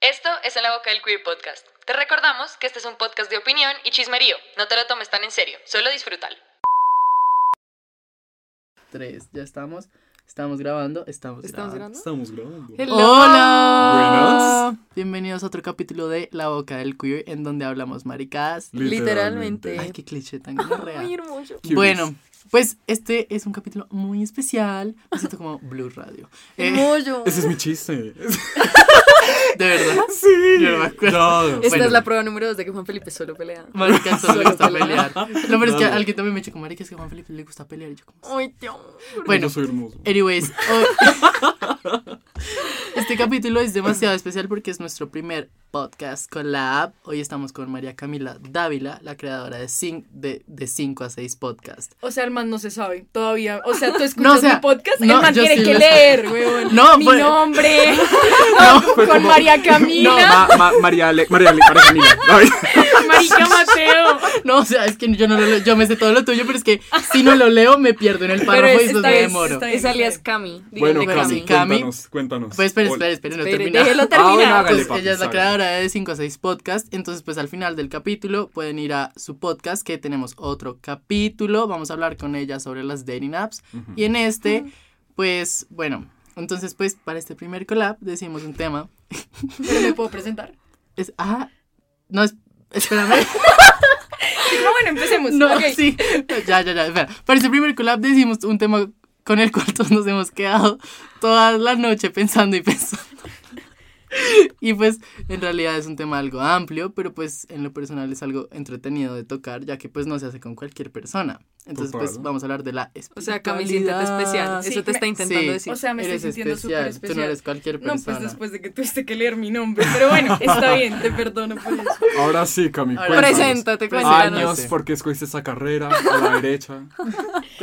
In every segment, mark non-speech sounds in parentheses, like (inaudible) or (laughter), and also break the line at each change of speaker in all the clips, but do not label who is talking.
Esto es En la Boca del Queer Podcast. Te recordamos que este es un podcast de opinión y chismerío. No te lo tomes tan en serio, solo disfrútalo.
Tres, ya estamos. Estamos grabando, estamos,
¿Estamos
grabando.
grabando?
Estamos grabando.
¡Hola! Bienvenidos a otro capítulo de La Boca del Queer, en donde hablamos maricadas.
Literalmente.
Ay, qué cliché tan real.
Muy hermoso.
Curious.
Bueno, pues este es un capítulo muy especial. Me siento como Blue Radio. Eh,
Hermoso.
Ese es
(laughs)
mi chiste.
de verdad.
Sí.
Yo no me acuerdo.
Esta
bueno.
es la prueba número dos de que Juan Felipe solo pelea.
Marica solo le gusta
Solo
pelear. No, pero es que
Dale.
alguien también me dijo, Marica, es que a Juan Felipe le gusta pelear. Y yo, como,
Ay, tío.
Bueno,
Yo soy hermoso.
Anyways,
(laughs)
hoy- este capítulo es demasiado especial porque es nuestro primer podcast con la app. Hoy estamos con María Camila Dávila, la creadora de 5 de, de cinco a 6 podcast.
O sea, el man no se sabe todavía. O sea,
(laughs)
tú
o
escuchas
sea,
mi podcast,
no,
el man
yo
tiene
sí
que
lo-
leer, weón.
No,
mi
pues-
(laughs)
nombre. No, con María
No,
Camila,
ma, ma- María Ale, María Ale, María Camila.
(laughs)
Ay.
(laughs)
Marica Mateo.
No, o sea, es que yo no lo leo, yo me sé todo lo tuyo, pero es que si no lo leo me pierdo en
(laughs)
el párrafo y
es-
eso
está
me
bien,
demoro.
está bien.
Es alias Cami.
Bueno,
díganle
Cami,
Cami, Cami.
cuéntanos, cuéntanos.
Pues espera,
Ol-
espera, espera, no
Espere,
termina.
déjelo
Ah, bueno,
terminar.
hágale,
Pues
papi,
ella es la
hágale.
creadora de 5 a 6 podcast. Entonces, pues al final del capítulo pueden ir a su podcast que tenemos otro capítulo. Vamos a hablar con ella sobre las dating apps. Y en este, pues bueno, entonces pues para este primer collab decimos un tema.
Pero me puedo presentar.
Es, ah, no, es, espérame.
No, Ah,
(laughs)
bueno, empecemos.
No,
Ok.
sí. Ya, ya, ya. Espera. Para este primer collab decimos un tema con el cual todos nos hemos quedado toda la noche pensando y pensando. Y pues en realidad es un tema algo amplio, pero pues en lo personal es algo entretenido de tocar, ya que pues no se hace con cualquier persona. Entonces
Total.
pues vamos a hablar de la
O sea, Cami, siéntete especial.
espiritualidad.
Sí,
Eso te
me-
está intentando
Sí.
decir.
O sea, me estoy
Eres
sintiendo súper
especial, tú no
especial.
eres cualquier
No,
persona.
pues después de que tuviste que leer mi nombre. Pero bueno, está bien, te perdono pues. por eso.
Ahora sí, Cami,
Ahora-
cuéntanos.
Preséntate,
Preséntanos.
cuéntanos.
Años, porque escogiste esa carrera a la derecha.
¿Cuál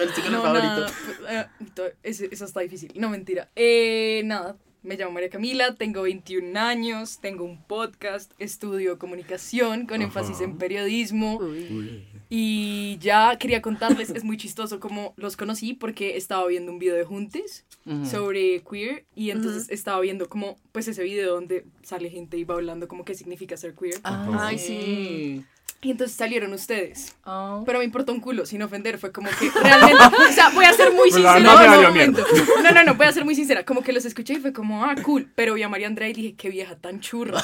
es tu color
No,
favorito?
nada. pues, eh, to- ese- Eso está difícil. No, mentira. Eh, nada. Me llamo María Camila, tengo 21 años, tengo un podcast, estudio comunicación con énfasis
Ajá.
en periodismo.
Uy.
Uy.
Y ya quería contarles, es muy chistoso como los conocí porque estaba viendo un video de Juntes
Ujú.
sobre queer y entonces estaba viendo como pues ese video donde sale gente y va hablando como qué significa ser queer.
Ah.
Ay, sí.
Y entonces salieron ustedes.
Oh.
Pero me importó un culo, sin ofender, fue como que realmente, o sea, voy a
(laughs)
ser muy
Pero la
sincera.
verdad Pues, ah, me
en ese
valió mierda.
momento. no, no, no, voy a ser muy sincera, como que los escuché y fue como, ah, cool, pero vi a María Andrea y dije, qué vieja tan churra.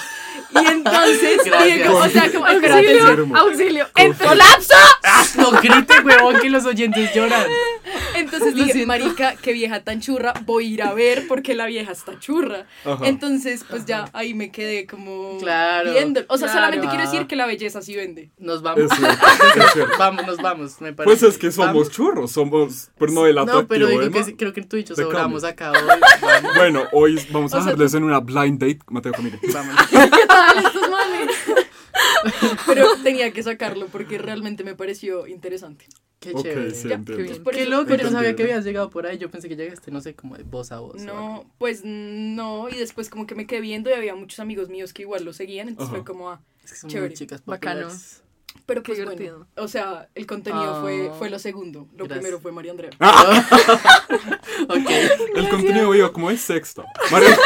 Y entonces,
(laughs)
dije como, o sea, como, espera,
Auxilio,
atención.
Enfermo.
auxilio.
¡En colapso!
No grite, huevón, que los oyentes lloran.
Entonces dije, marica, qué vieja tan churra, voy a ir a ver porque la vieja está churra.
Ajá.
Entonces, pues ya ahí me quedé como
Claro.
viendo. O sea,
Claro.
solamente quiero decir que la belleza sí vende.
Nos vamos.
Es cierto, es cierto.
Vamos, nos vamos, me parece.
Pues es que somos
Vamos.
churros, somos por novela
No, pero
atractivo,
digo que
Emma.
sí, creo que tú y yo
Te
sobramos
cambio.
acá hoy. Vamos,
Bueno, hoy vamos a
O sea,
hacerles en una blind date, Mateo Camila.
vamos.
Estos manes. Pero tenía que sacarlo porque realmente me pareció interesante.
Qué
Ok,
chévere.
sí,
Ya,
entiendo.
bien.
Por
Qué
eso-
loco, yo no
Entendido.
sabía que habías llegado por ahí. Yo pensé que llegaste, no sé, como de voz a voz. o algo.
No, pues no, y después como que me quedé viendo y había muchos amigos míos que igual lo seguían, entonces
Ajá.
fue como, ah,
Es que son
Chévere.
muy chicas
Bacano.
populares.
pero
Qué
pues bueno.
divertido.
o sea, el contenido
Ah.
fue, fue lo segundo, lo
Gracias.
primero fue María Andrea.
Ok,
El contenido veo como es sexto. María-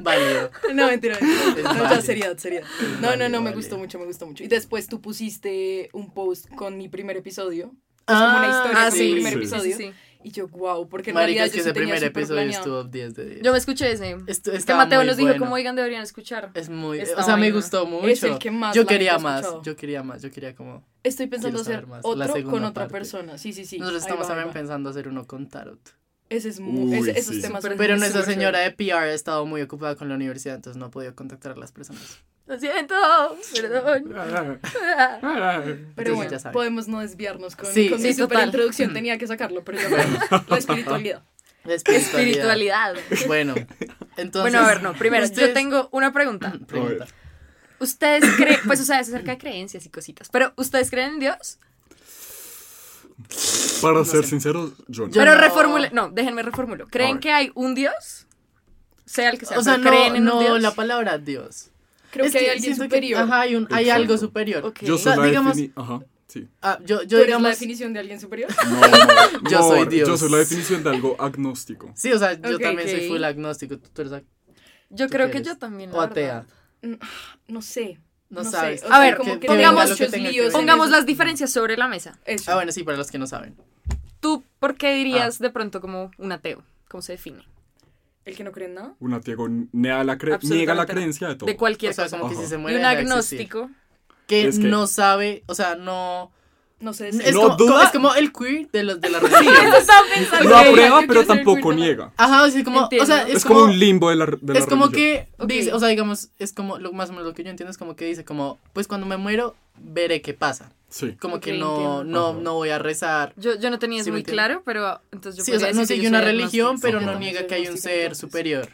válido.
(laughs) No, (laughs) mentira, mentira. No,
Vale.
ya, seriedad, seriedad. No, no, no, me
vale.
gustó mucho, me gustó mucho. Y después tú pusiste un post con mi primer episodio. como una
Ah,
historia
ah,
del
sí,
primer
sí,
episodio.
sí, sí.
Y yo, wow, porque en
Marica,
realidad
es que
yo sí
ese
tenía
primer
súper
episodio
planeado.
estuvo 10 de 10.
Yo me escuché ese.
Est-
Es que
estaba
Este Mateo
muy
nos dijo
bueno.
como, oigan, deberían escuchar.
Es muy,
Está
o sea, me
bueno.
gustó mucho.
Es el que más
yo
la gente
quería
ha
más,
escuchado.
yo quería más, yo quería como.
Estoy pensando
Quiero saber
hacer
más, la
otro
segunda
con otra
parte.
persona. Sí, sí, sí.
Nosotros
ahí
estamos
va, ahí
también
va.
pensando hacer uno con Tarot.
Ese es muy,
Uy,
ese- esos
sí.
temas
Súper
son
Pero
muy
nuestra
súper
señora de PR ha estado muy ocupada con la universidad, entonces no ha podido contactar a las personas.
Lo siento,
(laughs)
perdón.
chéveres. Pero
Entonces
bueno,
ya saben.
podemos no desviarnos con,
Sí. Mm.
con
Sí,
mi super
total.
introducción. Tenía que sacarlo, pero ya bueno,
(laughs)
la (laughs) espiritualidad.
La espiritualidad.
Espiritualidad.
(laughs)
Bueno, entonces.
Bueno, a ver, no. Primero, yo
ustedes-
tengo una pregunta.
Pregunta.
¿Ustedes creen, pues o sea, es acerca de creencias y cositas, pero ¿ustedes creen en Dios?
Para ser sinceros, yo no.
Yo-
pero
no.
reformule, no, déjenme reformulo. ¿Creen
Alright.
que hay un Dios? Sea el que sea,
O sea,
pero ¿creen
no,
en un
no
Dios?
la palabra Dios.
Creo
Es
que, hay alguien
siento que-
superior.
ajá, hay, un- hay algo
Exacto.
superior.
Ok.
Yo
O sea,
soy la
digamos-
defini- Ajá, sí.
Ah, yo,
¿Tú
yo
eres la
digamos.
definición de alguien
(laughs)
superior?
No, no,
Yo
no,
soy Dios.
Yo soy la definición de algo agnóstico.
Sí, o sea, yo
Ok,
también
ok.
soy full agnóstico. Tú, tú eres ag-
Yo
¿Tú
creo
qué
que
eres?
yo también. la
O
verdad.
atea.
No sé.
No,
No sé,
sabes.
o
sea, A ver,
como que
pongamos
lo que
muchos
tenga que
líos
ver.
en
Pongamos
eso.
las diferencias sobre la mesa.
Eso.
Ah, bueno, sí, para los que no saben.
¿Tú por qué
Ah.
dirías de pronto como un ateo? ¿Cómo se define?
El que no cree en nada.
Un atiego niega la, cre- niega la
Absolutamente
creencia de todo.
De cualquier
O sea,
cosa.
como que
Ajá.
si se
Y
muere.
un
deja de existir.
agnóstico.
Que,
Es que-
no sabe, o sea, no.
No sé.
Es,
No
como,
duda.
como- es como el queer de, los, de
(laughs)
la religión.
Estaba pensando
Lo
Ok,
que-
yo
aprueba,
quiero
pero
ser el
tampoco
queer de la-
niega.
Ajá, o sea, como. O sea,
Entiendo.
es,
Es como un limbo de la, de la
Es como
religión.
que
Ok.
dice, o sea, digamos, es como lo más o menos lo que yo entiendo es como que dice como, pues cuando me muero veré qué pasa.
Sí.
Como
Ok,
que no
entiendo.
no
Ajá.
no voy a rezar.
Yo, yo no tenía eso
Sí, me
muy
entiendo.
claro, pero entonces yo
sí, o sea,
podría
no
decir que
sigue
yo
una
soy
religión,
agnóstica.
pero
Ajá.
no
Yo
niega
soy
que hay un
agnóstica,
pues.
ser
entonces.
superior.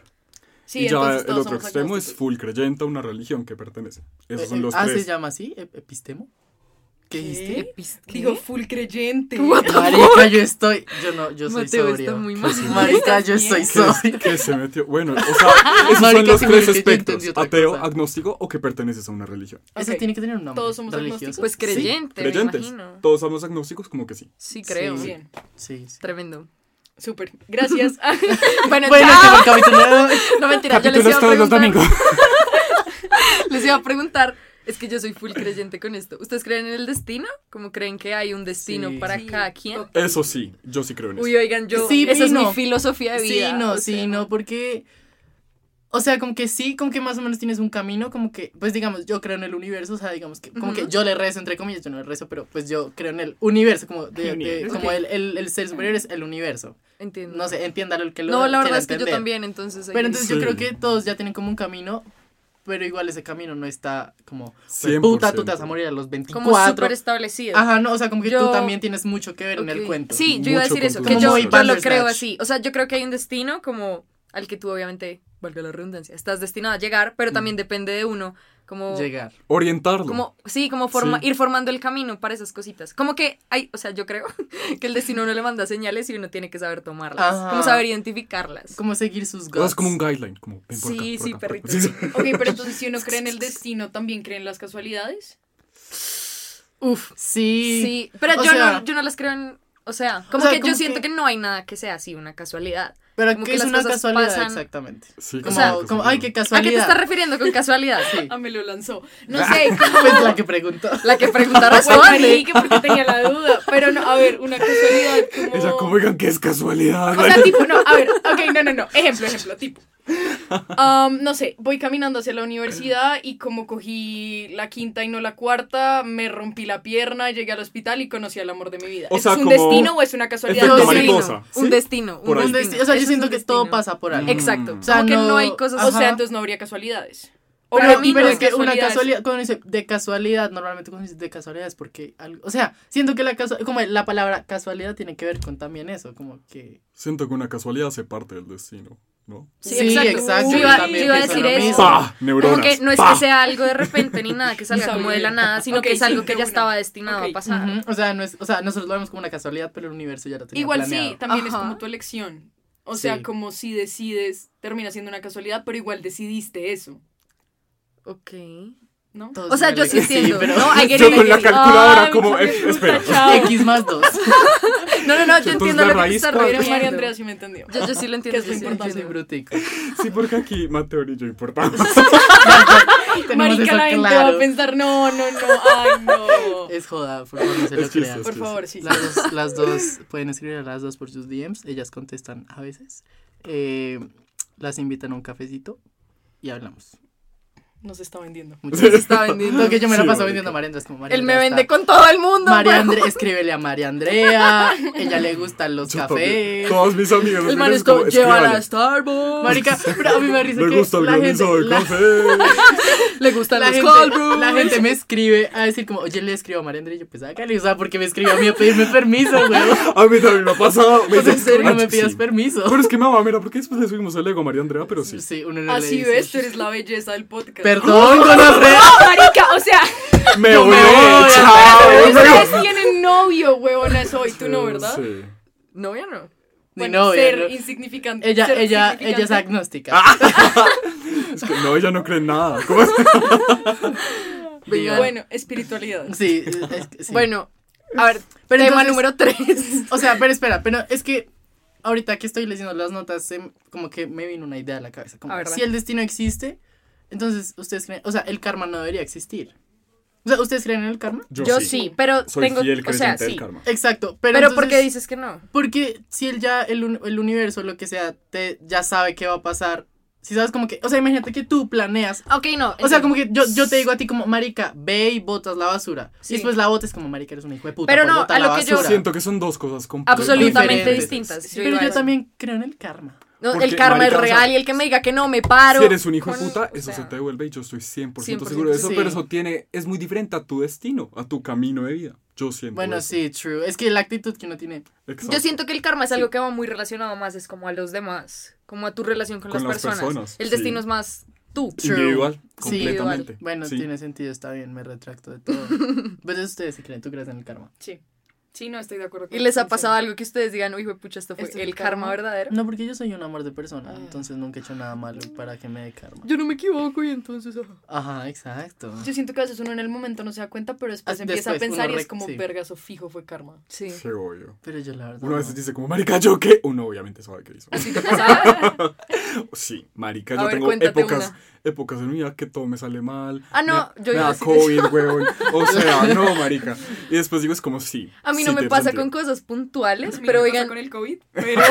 Sí,
y ya
entonces
el
todos
otro
somos
extremo es
agnósticos.
full creyente a una religión que pertenece. Esos son
Eh,
los
ah,
tres.
se llama así, Ep- epistemo. ¿Qué,
¿Qué?
dijiste?
Epis- ¿qué?
Digo, full
(laughs)
creyente.
Marica, yo estoy, yo no, yo soy
Mateo está
sobrio. Pues
muy mal.
Marica, yo
¿Estás
soy
bien?
sobrio.
que se metió.
(laughs)
Bueno, o sea, esos
Marica,
son los
sí,
tres
marica, yo
espectros:
entendí otra
ateo,
cosa.
agnóstico o que perteneces a una religión.
Eso
Ok.
tiene que tener un nombre.
Todos somos
religioso.
Pues creyente, me
Creyentes.
imagino.
Todos somos agnósticos, como que sí.
Sí, creo.
Sí.
Bien.
Sí, sí. (laughs)
Tremendo.
Súper. Gracias. Ah,
Bueno,
Bueno,
chao.
este fue el capítulo de-
No mentira, yo les iba
Capítulos
a
todos los
preguntar.
domingos.
Les iba a preguntar, es que yo soy full creyente con esto. ¿Ustedes creen en el destino? ¿Cómo creen que hay un destino
Sí.
para
Sí.
cada quien?
Ok.
(laughs) Eso sí, yo sí creo en eso.
Uy, oigan, yo
Sí,
esa es
no.
mi filosofía de vida.
Sí, no,
o
sí,
sea,
no, porque. O sea, como que sí, como que más o menos tienes un camino, como que, pues digamos, yo creo en el universo, o sea, digamos que, como que
Ujú.
yo le rezo, entre comillas, yo no le rezo, pero pues yo creo en el universo, como de,
El
de-
universo.
como el, el- el ser superior es el universo.
Entiendo.
No sé, entiéndalo el que lo
No, la
quiera
verdad es que yo
entender.
también, entonces. ahí-
Pero entonces yo
Sí.
creo que todos ya tienen como un camino, pero igual ese camino no está como, pues,
100%.
puta, tú te vas a morir a los
como
24.
súper establecido.
Ajá, no, o sea, como que
Yo-
tú también tienes mucho que ver en el
Ok.
cuento.
Sí, yo iba a
Mucho
decir eso,
con
que
tu
yo,
Muy
yo lo
Bandersnatch.
creo así. O sea, yo creo que hay un destino como al que tú obviamente, valga la redundancia, estás destinado a llegar, pero también depende de uno como
Mm. Llegar.
Orientarlo.
como sí, como forma
Sí.
ir formando el camino para esas cositas. Como que hay, o sea, yo creo (laughs) que el destino no le manda señales y uno tiene que saber tomarlas,
Ajá.
como saber identificarlas.
Como seguir sus
O sea,
guts.
es como un guideline. Como, ven por acá,
Sí,
por
sí,
acá, por acá.
perrito.
Sí, sí.
ok, pero entonces si uno
(laughs)
cree en el destino, ¿también cree en las casualidades?
Uf.
Sí.
Sí, pero
O
yo
sea-
no yo no las creo en o sea, como
sea,
que
como
yo siento
que-
que no hay nada que sea así una casualidad.
Pero
Como
que
que
es
las
una
cosas
casualidad,
pasan.
exactamente.
(laughs) Sí,
Como,
O sea-
como, ay, qué
¿A qué te
casualidad.
estás
(laughs)
refiriendo con casualidad?
Sí.
Ah, me
(laughs)
lo lanzó. No sé,
Pues la que preguntó.
La
(laughs)
que pregunta
Bueno,
responde.
marica, porque tenía la duda. Pero no, a ver,
(laughs)
una casualidad como...
Oh.
Ella, como, oigan, qué es casualidad.
O sea, tipo, no, a ver, ok, no, no, no. Ejemplo, ejemplo, tipo. Am, no sé, voy caminando hacia la universidad y como cogí la quinta y no la cuarta, me rompí la pierna, llegué al hospital y conocí al amor de mi vida.
O
¿Eso
sea,
¿Es un
como
destino o es una casualidad?
efecto
Yo
un
sí.
destino,
mariposa, ¿sí?
Un destino.
Por ahí.
Un destino- o sea,
Eso
yo
es un
siento que todo
destino.
pasa por algo.
Mm.
Exacto.
O
O sea, que no hay
O
cosas.
sea,
Ajá.
entonces no habría casualidades. O
Pero,
para mí
pero
no
es que una
casualidad, es-
casualidad, cuando dice de casualidad, normalmente cuando dice de casualidad es porque algo, o sea, siento que la casualidad, como la palabra casualidad tiene que ver con también eso, como que...
(laughs) Siento que una casualidad hace parte del destino, ¿no?
Sí, exacto.
Yo
yo
iba-
también
yo iba a
pienso lo
decir eso.
mismo.
¡Pah! Neuronas.
Como que no es
¡Pah!
que sea algo de repente ni nada que salga como de la nada, sino
Ok,
que es algo
sí,
que
de
ya
una.
estaba destinado
Ok.
a pasar.
Ujú, O sea, no es, o sea, nosotros lo vemos como una casualidad, pero el universo ya lo tenía
Igual
planeado.
sí, también es
Ajá.
como tu elección. O sea,
Sí.
como si decides, termina siendo una casualidad, pero igual decidiste eso,
Ok.
¿no?
Todos
O sea, yo sí
siempre-
entiendo. (laughs)
pero- (laughs)
No, I get
Yo
it, I
con la
get it.
calculadora
Ay,
como...
mucho
eh,
me gusta,
espera.
chao.
X más 2.
No, no, no, yo
Entonces,
entiendo
la
lo que te
raíz,
estás
¿cuál?
Pero María
refiriendo.
Andrea sí me entendió.
Yo, yo sí lo entiendo.
Que es lo
yo sí lo
Yo soy
entiendo.
brutico.
Sí, porque aquí Mateo y yo
(laughs)
importamos.
Tenemos
Marica,
eso
la gente va a
claro.
pensar, no, no, no, ay,
(laughs)
no.
Es joda, por favor, no se
Es
lo
chiste,
crean.
es
Por favor, sí.
Las dos, las dos- pueden escribir a las dos por sus DMs, ellas contestan a veces. Eh, las invitan a un cafecito y
(laughs)
hablamos.
No se está vendiendo.
Muchas gracias.
Está vendiendo.
Lo que yo me la
Sí,
paso
marica.
vendiendo a María Andrea es como María
Él me
Andrea
vende
está-
con todo el mundo. pues.
María
weón.
Andrea, escríbele a María
(laughs)
Andrea, ella le gustan los
(laughs) Yo
cafés.
también. Todos mis amigos.
El
los
man
míos
es como llevar
escríbale.
a Starbucks.
Marica, pero a mí me dice
Me
que
gusta el
la gente,
granizo de
la-
café.
le gustan
la
los
gente-
cold brews.
la gente me escribe a decir como, oye, le escribo a María Andrea y yo, pues hágale, o sea, porque me escribió a mí a pedirme permiso,
(laughs)
weón.
A mí también me ha
(laughs)
pasado. me
Pues en
dice,
serio, no
"Ay,
me
sí".
pidas permiso.
Pero es que mamá, mira, porque después le subimos el ego a María Andrea, pero sí.
Sí, uno no le
Así
dice.
ves, tú eres la belleza del podcast. (laughs)
Perdón, gonorrea.
(laughs)
Marica, o sea,
Me voy,
me voy,
chao.
ustedes tienen novio, huevona, soy tú no, ¿verdad?
Sí.
No, ya no.
Ni
Bueno,
novia,
ser
¿no?
insignificante.
Ella,
ser
ella, ella es
insignificante.
agnóstica.
Ah. Es que no, ella no cree en nada. ¿Cómo es?
Digo,
Bueno, espiritualidad.
Sí, es que sí.
Bueno, a ver,
Pero
tema
entonces-
número 3.
O sea, pero espera, pero es que. ahorita que estoy leyendo las notas, se- como que me vino una idea a la cabeza. Como,
A ver,
si
dale.
el destino existe, entonces ustedes creen, o sea, el karma no debería existir. O sea, ¿ustedes creen en el karma?
Yo,
Yo
sí.
sí, pero
Soy
tengo.
fiel
o
creyente
sea,
del
sí.
karma.
Exacto, pero,
Pero, ¿por qué
entonces-
dices que no?
Porque si él ya, el, un- el universo, lo que sea, te, ya sabe qué va a pasar. Si sabes como que, o sea, imagínate que tú planeas.
Ok, no.
O sea,
entiendo.
como que yo, yo te digo a ti como, marica, ve y botas la basura.
Sí.
Y después la botas como, marica, eres un hijo de puta.
Pero
por
no,
botar
a
la
lo que yo-
basura".
Siento que son dos cosas completamente
Absolutamente
Diferentes.
distintas. Yo
Pero
iba a
yo
eso.
también creo en el karma.
No,
Porque,
el karma
marica, o
es
sea,
real y el que me diga que no, me paro.
Si eres un hijo de
con-
puta,
o
eso
sea,
se te devuelve y yo estoy 100%,
100%
seguro de eso,
sí.
pero eso tiene es muy diferente a tu destino, a tu camino de vida. Yo siento
Bueno,
eso.
sí, true. Es que la actitud que uno tiene.
Exacto.
Yo siento que el karma es algo que va muy relacionado más, es como a los demás, como a tu relación con,
Con
las
las
personas.
personas,
El
sí.
destino es más tú.
True.
individual,
Sí,
individual.
completamente.
Bueno,
Sí.
tiene sentido, está bien, me retracto de (laughs) todo. Pero ustedes sí creen, tú crees en el karma.
Sí. Sí, no estoy de acuerdo con
Y les
eso,
ha pasado algo que ustedes digan, uy, hijo de pucha, esto fue
¿Esto es
el
karma?
karma verdadero.
No, porque yo soy un amor de persona, entonces nunca he hecho nada malo para que me dé karma.
Yo no me equivoco y entonces... ah.
Ajá, exacto.
Yo siento que a veces uno en el momento no se da cuenta, pero después
Ah,
empieza
después
a pensar
uno
y
re-
es como,
sí.
verga, eso fijo fue karma.
Sí.
Sí, obvio.
Pero yo la verdad.
Uno a
no.
veces dice como, marica, ¿yo qué? Uno obviamente sabe qué hizo.
¿Así te pasa?
(laughs) Sí, marica,
A
yo
ver,
tengo
cuéntate
épocas,
una.
épocas en mi vida que todo me sale mal.
Ah, no,
me,
yo
me
iba
da
a decir
COVID, huevón.
(laughs)
O sea, no, marica. Y después digo, es como, sí.
A mí
sí
no me
tiene
pasa
sentido.
con cosas puntuales,
A mí
pero
me pasa
oigan,
con el COVID, pero...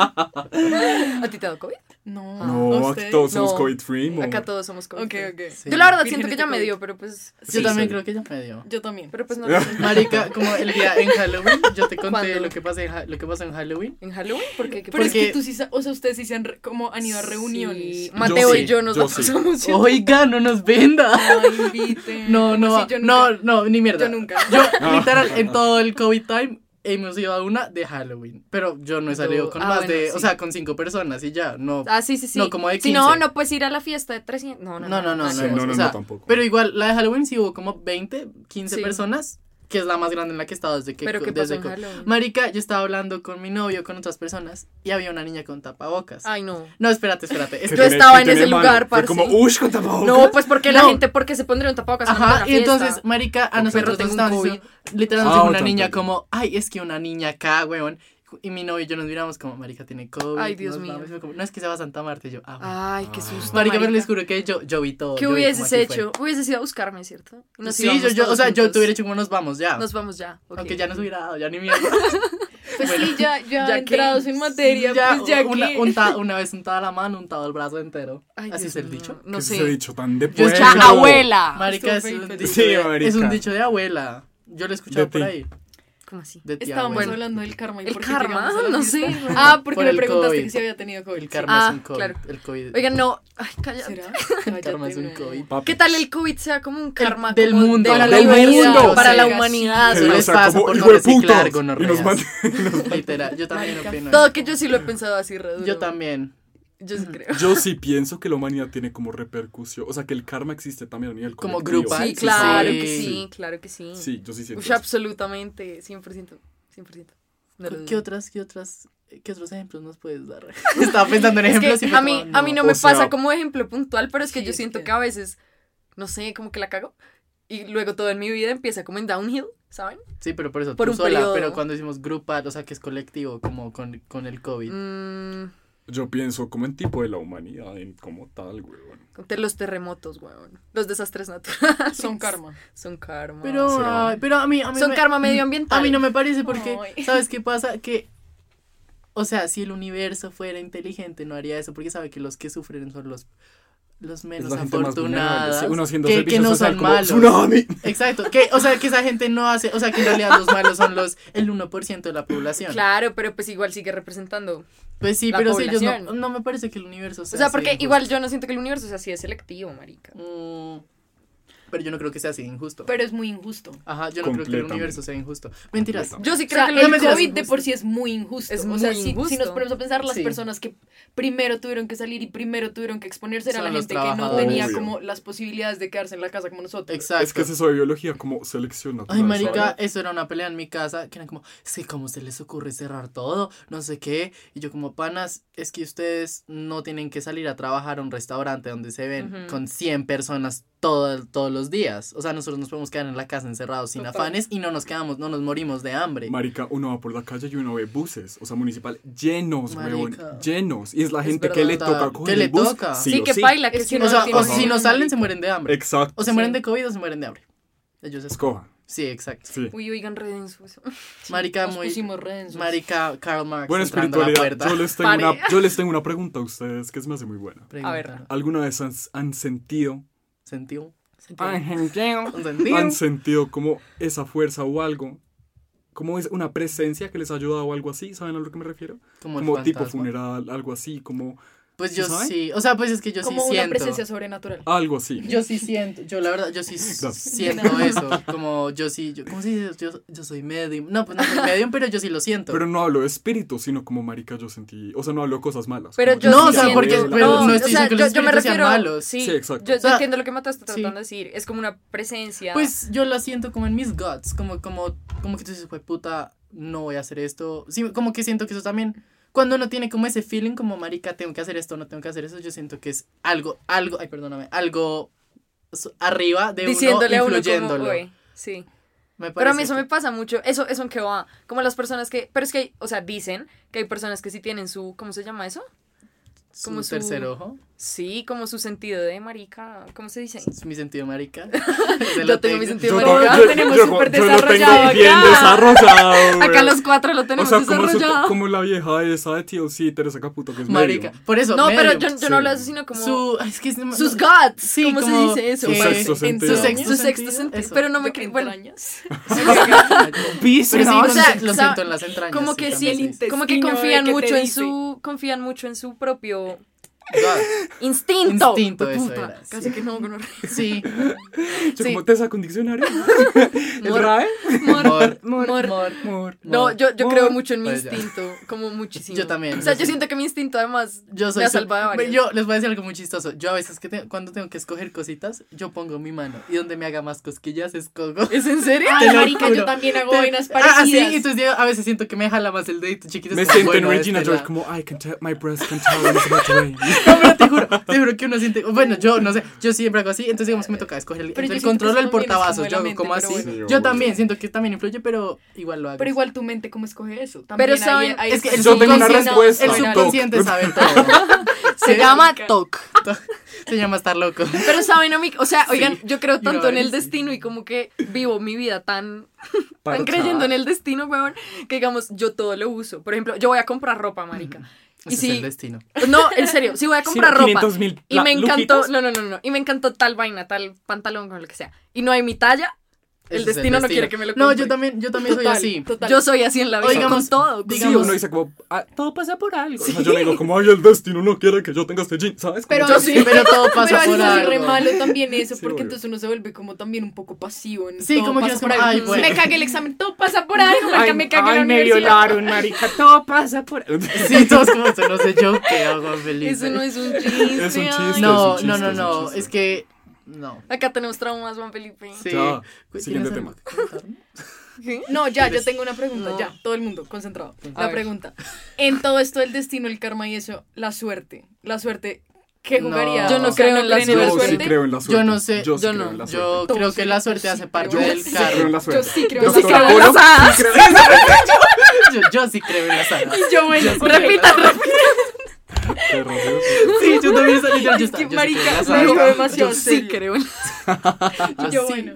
¿a ti te ha dado COVID?
(laughs) No,
No, aquí
¿usted?
todos somos
Ah, No.
COVID free. mo.
Acá todos somos COVID.
Ok, ok.
Sí.
Yo la verdad siento que
Virgen
ya me
COVID.
dio, pero pues...
Yo
Sí,
también
sí.
creo que ya me dio.
Yo también.
Pero
(laughs)
pues no.
Marica, como el día en Halloween, yo te conté
¿Cuándo?
lo que, pasé, en Ha- lo que pasó en Halloween.
¿En Halloween? Porque...
Pero es que
Porque-
tú sí, sa- o sea, ustedes sí se han, re- como han ido a reuniones.
Mateo
sí,
y yo nos
yo
la
sí.
pasamos yendo.
Oiga, no nos venda.
Ay, inviten.
(laughs)
Mm,
No, no,
Sí, yo
no,
nunca-
no, ni mierda.
Yo nunca.
(laughs)
Yo, literal, en todo el COVID time hemos ido a una de Halloween. Pero yo no he salido
Yo-
con
ah,
más
bueno,
de,
sí.
o sea, con cinco personas y ya, no.
Ah, sí, sí, sí.
No, como de
Si no,
15.
no puedes ir a la fiesta de 300. No, no,
No, no, no,
Ah,
no,
Sí,
hemos-
no, no,
o sea,
no, tampoco.
Pero igual, la de Halloween sí hubo como 20, 15
Sí.
personas, que es la más grande en la que he estado desde que...
Pero ¿qué pasó
desde
en
co-
Halloween?
Marica, yo estaba hablando con mi novio, con otras personas, y había una niña con tapabocas.
Ay, no.
No, espérate,
(laughs)
espérate.
¿Qué
es-
Yo
tiene-
estaba
qué
en
tiene
ese
malo?
lugar,
Fue
parce.
como, uy, con tapabocas.
No, pues porque la
No.
gente, porque se pondría un tapabocas en
Ajá,
una
y
Pues fiesta?
entonces, marica, a
Ok.
nosotros
Pero
nos
tengo un
estaban
COVID.
diciendo, literal nos
Ah,
dijo una
otra,
niña
otra.
como, ay, es que una niña acá, weón. Y mi novio y yo nos miramos como, marica, tiene COVID.
Ay, Dios
nos
mío.
vamos". Y fue como, no, es que se va a Santa Marta. Y yo, ah, bueno.
Ay, qué susto.
marica, pero
marica.
les juro que yo, yo vi todo.
¿Qué
yo vi cómo
hubieses
aquí fue.
hecho? Hubieses ido a buscarme, ¿cierto? Y nos
sí,
íbamos
yo, yo, o
todos
sea, yo
juntos.
te hubiera dicho como nos vamos ya.
Nos vamos ya. ok.
Aunque ya nos hubiera dado, ya ni
(laughs)
mierda.
Pues sí, ya, ya,
Ya que-
entrados en materia,
ya,
pues ya
una,
que...
unta- una vez untada la mano, untado el brazo entero.
Ay,
Así es
Dios
el
mío, Ah,
dicho.
No
¿Qué
sé.
se ha dicho tan de
Yo
pueblo?
escuché a
abuela.
Marica, es
Estuvo
un,
feo,
dicho
Sí,
de,
marica.
es un dicho de abuela. Yo lo he escuchado
De
por
ti.
ahí.
¿Cómo así?
De tía
Estábamos
abuela.
hablando del karma. ¿y
¿El
por qué
karma?
llegamos a la
No
fiesta?
sé.
Ah, porque
Por
me
el
preguntaste
COVID.
que si había tenido COVID. Ah,
El karma
Ah,
es un COVID.
claro.
El COVID. (laughs)
Oigan, no. Ay, cállate.
¿Será?
el karma es un
Cállate, no.
COVID.
Papi.
¿Qué tal el COVID sea como un karma
del
como
mundo.
de la
Del
humanidad,
mundo.
Para la
Sí.
humanidad.
Que
Eso
no
les
sea
pasa
como,
por
"Hijo
no
de
reciclar
putas", y nos
gonorreas.
manda-
(laughs)
Literal, yo también
Marica.
opino.
Todo
eso.
que yo sí lo he pensado así, re duro.
Yo también.
Yo sí creo.
Yo sí pienso que la humanidad tiene como repercusión, o sea, que el karma existe también a nivel
Como
colectivo.
grupal,
Sí,
sí,
claro
sí.
que sí, claro que sí.
Sí, sí, yo sí siento
Ush,
eso.
absolutamente, 100%. 100%. No lo
¿Qué,
dudo.
otras, qué otras, qué otros ejemplos nos puedes dar? (laughs) Estaba pensando en
Es que
ejemplos y fue
a, mí,
como,
a mí no
O
me
sea-
pasa como ejemplo puntual, pero es que
Sí,
yo
es
siento
que-
que a veces, no sé, como que la cago. Y luego todo en mi vida empieza como en downhill, ¿saben?
Sí, pero por eso,
Por
tú
un
sola,
periodo.
pero cuando decimos grupal, o sea, que es colectivo, como con, con el COVID.
Mm,
Yo pienso como en tipo de la humanidad, en como tal, güey.
de los terremotos, weón. Los desastres naturales.
Son karma.
(laughs) Son karma.
Pero,
Será.
ay, pero a mí, a mí
Son
me- mm,
karma medioambiental.
A mí no me parece porque,
(laughs)
Ay.
¿sabes qué pasa? Que, o sea, si el universo fuera inteligente no haría eso porque sabe que los que sufren son los, los menos
la gente más vulnerable,
afortunados.
sí, uno haciendo
que, que
servicio
no
social
son
como, (laughs)
malos.
"Tsunami".
Exacto, que, o sea, que esa gente no hace, o sea, que en realidad los malos son los, el 1% de la población.
Claro, pero pues igual sigue representando.
Pues sí,
La
pero si ellos no,
población.
no me parece que el universo
O
sea pues.
sea,
así
porque
de
igual yo no siento que el universo sea así de selectivo, marica.
injusto. Mm, pero yo no creo que sea así de injusto.
Pero es muy injusto.
Ajá, yo no creo que el
Completamente.
universo sea injusto. Mentiras.
Yo sí
O
creo
sea,
que
el
lo
mentiras,
COVID de por sí es muy injusto.
Es
o
muy
sea, si- Si,
injusto.
nos ponemos a pensar, las
Sí.
personas que primero tuvieron que salir y primero tuvieron que exponerse era
Son
la
los
gente que no
trabajadores.
tenía
Obvio.
como las posibilidades de quedarse en la casa como nosotros.
Exacto.
Es que es eso de biología, como selección natural.
Ay, marica,
¿sabes?
eso era una pelea en mi casa, que eran como, sí, ¿cómo se les ocurre cerrar todo? No sé qué. Y yo como, panas, es que ustedes no tienen que salir a trabajar a un restaurante donde se ven
Ujú.
con 100 personas todo- todos los días. O sea, nosotros nos podemos quedar en la casa encerrados sin
Total.
afanes y no nos quedamos, no nos morimos de hambre.
Marica, uno va por la calle y uno ve buses, o sea, municipal, llenos, huevón,
Marica.
llenos. Y es la
Es
gente que le
verdad.
toca coger
Que le
el bus,
toca.
Sí,
Sí,
o
que
sí.
baila, que
Es
si
que
no
o sea,
tiene-
o si no salen se mueren de hambre.
Exacto.
O se mueren de COVID o se mueren de hambre. Ellos es...
Escoja.
Sí, exacto.
Sí.
Uy, oigan, re denso eso.
Marica
Nos
muy...
pusimos re densos.
Marica Karl Marx
Bueno,
entrando a la
espiritualidad.
puerta.
Yo les, tengo una,
Pare.
yo les tengo una pregunta a ustedes que se me hace muy buena.
Pregunta.
ver.
¿Alguna vez han, han sentido,
¿Sentí un
Ah,
un (laughs)
han
sentido?
sentido como esa fuerza o algo? ¿Como es una presencia que les ha ayudado o algo así? ¿Saben a lo que me refiero?
Como, el
Como tipo
fantasma.
funeral, algo así, como
Pues yo
¿Sí saben?
sí. O sea, pues es que yo
Como
sí
una
siento.
presencia sobrenatural.
algo así.
Yo sí siento, yo la verdad, yo sí s-
(laughs) Gracias.
siento eso, como yo sí, yo, ¿cómo se dice? Yo, yo soy medium, no, pues no soy medium, pero yo sí lo siento.
Pero no hablo de espíritu, sino como marica yo sentí, o sea, no hablo de cosas malas.
Pero
como
yo
No,
sí
o sea,
siento-
porque-
la-
pero no
o
estoy
sea,
diciendo que
yo,
los
yo me
espíritus sean
refiero,
malos.
Sí,
Sí, exacto.
Yo, yo
O sea,
entiendo lo que Mata está
sí.
tratando de decir. Es como una presencia.
pues yo lo siento como en mis guts, como, como, como que tú dices, pues puta, no voy a hacer esto. Sí, como que siento que eso también, cuando uno tiene como ese feeling como, marica, tengo que hacer esto, no tengo que hacer eso, yo siento que es algo, algo, ay, perdóname, algo so- arriba de
diciéndole
uno,
a uno
influyéndolo.
como, "Uy", sí.
Me
Pero a mí
parece
eso
que-
me pasa mucho. Eso, eso en qué va. Como las personas que. Pero es que, hay- o sea, dicen que hay personas que sí tienen su. ¿Cómo se llama eso?
su
como su-
tercer ojo,
Sí, como su sentido de marica. ¿cómo se dice?
es mi sentido
(laughs)
marica. (laughs)
Yo tengo mi sentido
Yo-
marica.
Marica, lo tenemos
yo-
súper
yo lo tengo
desarrollado
bien
acá.
desarrollado,
Acá
weón.
los cuatro
Pues, O
lo tenemos
sea, como, su-
desarrollado.
como la vieja esa de TLC, Teresa Caputo, que es
Marica,
medio.
por eso
No, pero
medium.
yo, yo
Sí.
no hablo de eso, sino como.
Su, ay, es que es- no-
sus guts.
Sí,
¿Cómo
como-
se dice eso?
Su
eh,
sexto
en-
sentido.
su sexto
Su sexto
sentido,
sentido.
eso. (laughs)
Pero no
Yo,
me creo. Bueno, (laughs)
entrañas.
Pero sí,
No, o
lo-
sea,
lo
o sea,
siento en las entrañas.
como que
también (laughs)
sí,
se dice.
como que
Destino de
confían
que te
mucho en
dice.
su confían mucho en su propio
God.
instinto.
Instinto,
Fue
eso
puta,
era,
Casi
sí.
que no,
(laughs)
no.
Sí. Sí.
Yo como te saco un diccionario. ¿El
Mor-
RAE?
Mor,
Mor-
mor.
Amor.
No, yo, yo
Mor-
creo mucho en mi
Pues ya.
instinto, como
(laughs)
muchísimo.
Yo también,
O sea,
yo
yo
sí.
siento que mi instinto además
Yo soy
me ha
su-
salvado de varias.
Yo les voy a decir algo muy chistoso. Yo a veces que te- cuando tengo que escoger cositas, yo pongo mi mano y donde me haga más cosquillas escogo.
¿Es
(laughs)
en serio?
Ay,
Te lo
marica,
juro.
yo también hago
Te-
vainas
Ah, sí,
parecidas.
entonces yo a veces siento que me jala más el dedito chiquito. es
Me
como,
siento en
bueno,
Regina
este
George
lado.
como, I can tell, my breast can tell when it's about to rain. (laughs)
(laughs) No, pero te juro, te juro que uno siente. Bueno, yo no sé, yo siempre hago así, entonces digamos que me toca escoger el,
Pero yo
entre el
siento que
control o
eso
el
también es como
portavasos.
de
Yo
la
hago
mente,
como
pero
así.
bueno.
Sí,
Yo
obvio.
también siento que también influye, pero igual lo hago.
Pero igual tu mente, ¿cómo escoge eso?
Pero saben-
ahí- ahí
es que el
Yo tengo una
subconsciente-
respuesta.
El
Bueno,
subconsciente
toc.
sabe todo. Se llama
Marica.
TOC. (laughs) Se llama estar loco.
Pero saben, amigo, o sea, oigan, yo creo
Yo
tanto en el
sí.
destino y como que vivo mi vida
(laughs)
tan,
Parchada.
tan creyendo en el destino, weón, que digamos, yo todo lo uso. Por ejemplo, yo voy a comprar ropa, marica.
Ese
Y
es el
si,
destino.
no, en serio, si voy a
Sí,
comprar ropa
500.000
y me
la-
encantó,
lujitos.
no, no, no, no, y me encantó tal vaina, tal pantalón, con lo que sea, y no hay mi talla, el
Ese es
destino no quiere que me lo
No,
compre.
yo también, yo también soy
Total,
así.
total.
Yo soy así en la vida,
O digamos,
con todo. con-
digamos-
Sí, uno dice como, "Ah, todo pasa por algo. O sea,
Sí.
yo le digo como, ay, el destino no quiere que yo tenga este jean, ¿sabes? Como,
Pero
Yo sí, pero todo
(laughs) Pero
pasa
a
por
veces es re
algo.
malo también eso,
Sí,
porque
obvio.
entonces uno se vuelve como también un poco pasivo. En
Sí,
todo
como que
pasa
es
por
como,
algo.
ay, bueno.
Me cagué el examen, todo pasa por algo, marica, me cagué en la universidad.
marica, todo pasa por...
Sí, todos como eso, no sé yo qué hago feliz.
Eso no es un chiste.
Es un
ay.
No,
chiste. es un
no,
chiste,
no,
es un
no,
chiste.
es que no.
Acá tenemos traumas, Juan Felipe.
Sí.
Ya,
¿Tienes
siguiente
algo
tema.
que contar?
¿Qué?
No, ya, yo tengo una pregunta,
No.
ya, todo el mundo, concentrado.
A
La
ver.
pregunta. En todo esto del destino, el karma y eso, la suerte. La suerte, ¿qué
No.
jugaría?
Yo no
O sea,
creo en la
creen
Yo
suerte.
sí creo en la suerte.
no sé,
Yo, sí
yo
creo
no,
en la
Yo
suerte.
creo que la
Yo
suerte
sí
hace
creo.
parte
Yo
del
sí creo
karma.
en la suerte.
Yo sí creo
Yo
en la
estoy de
suerte.
acuerdo.
asadas.
Sí creo en la suerte.
Yo, yo sí creo en las hadas.
Yo, bueno,
Repitan, repitan.
Qué
(laughs)
raro.
Sí, yo también soy yo, yo,
Es
está-
que,
yo sí
marica,
creo en las
me
hadas.
dijo demasiado
Yo sí
serio.
creo. en-
Yo
Yo,
Ah,
sí.
bueno.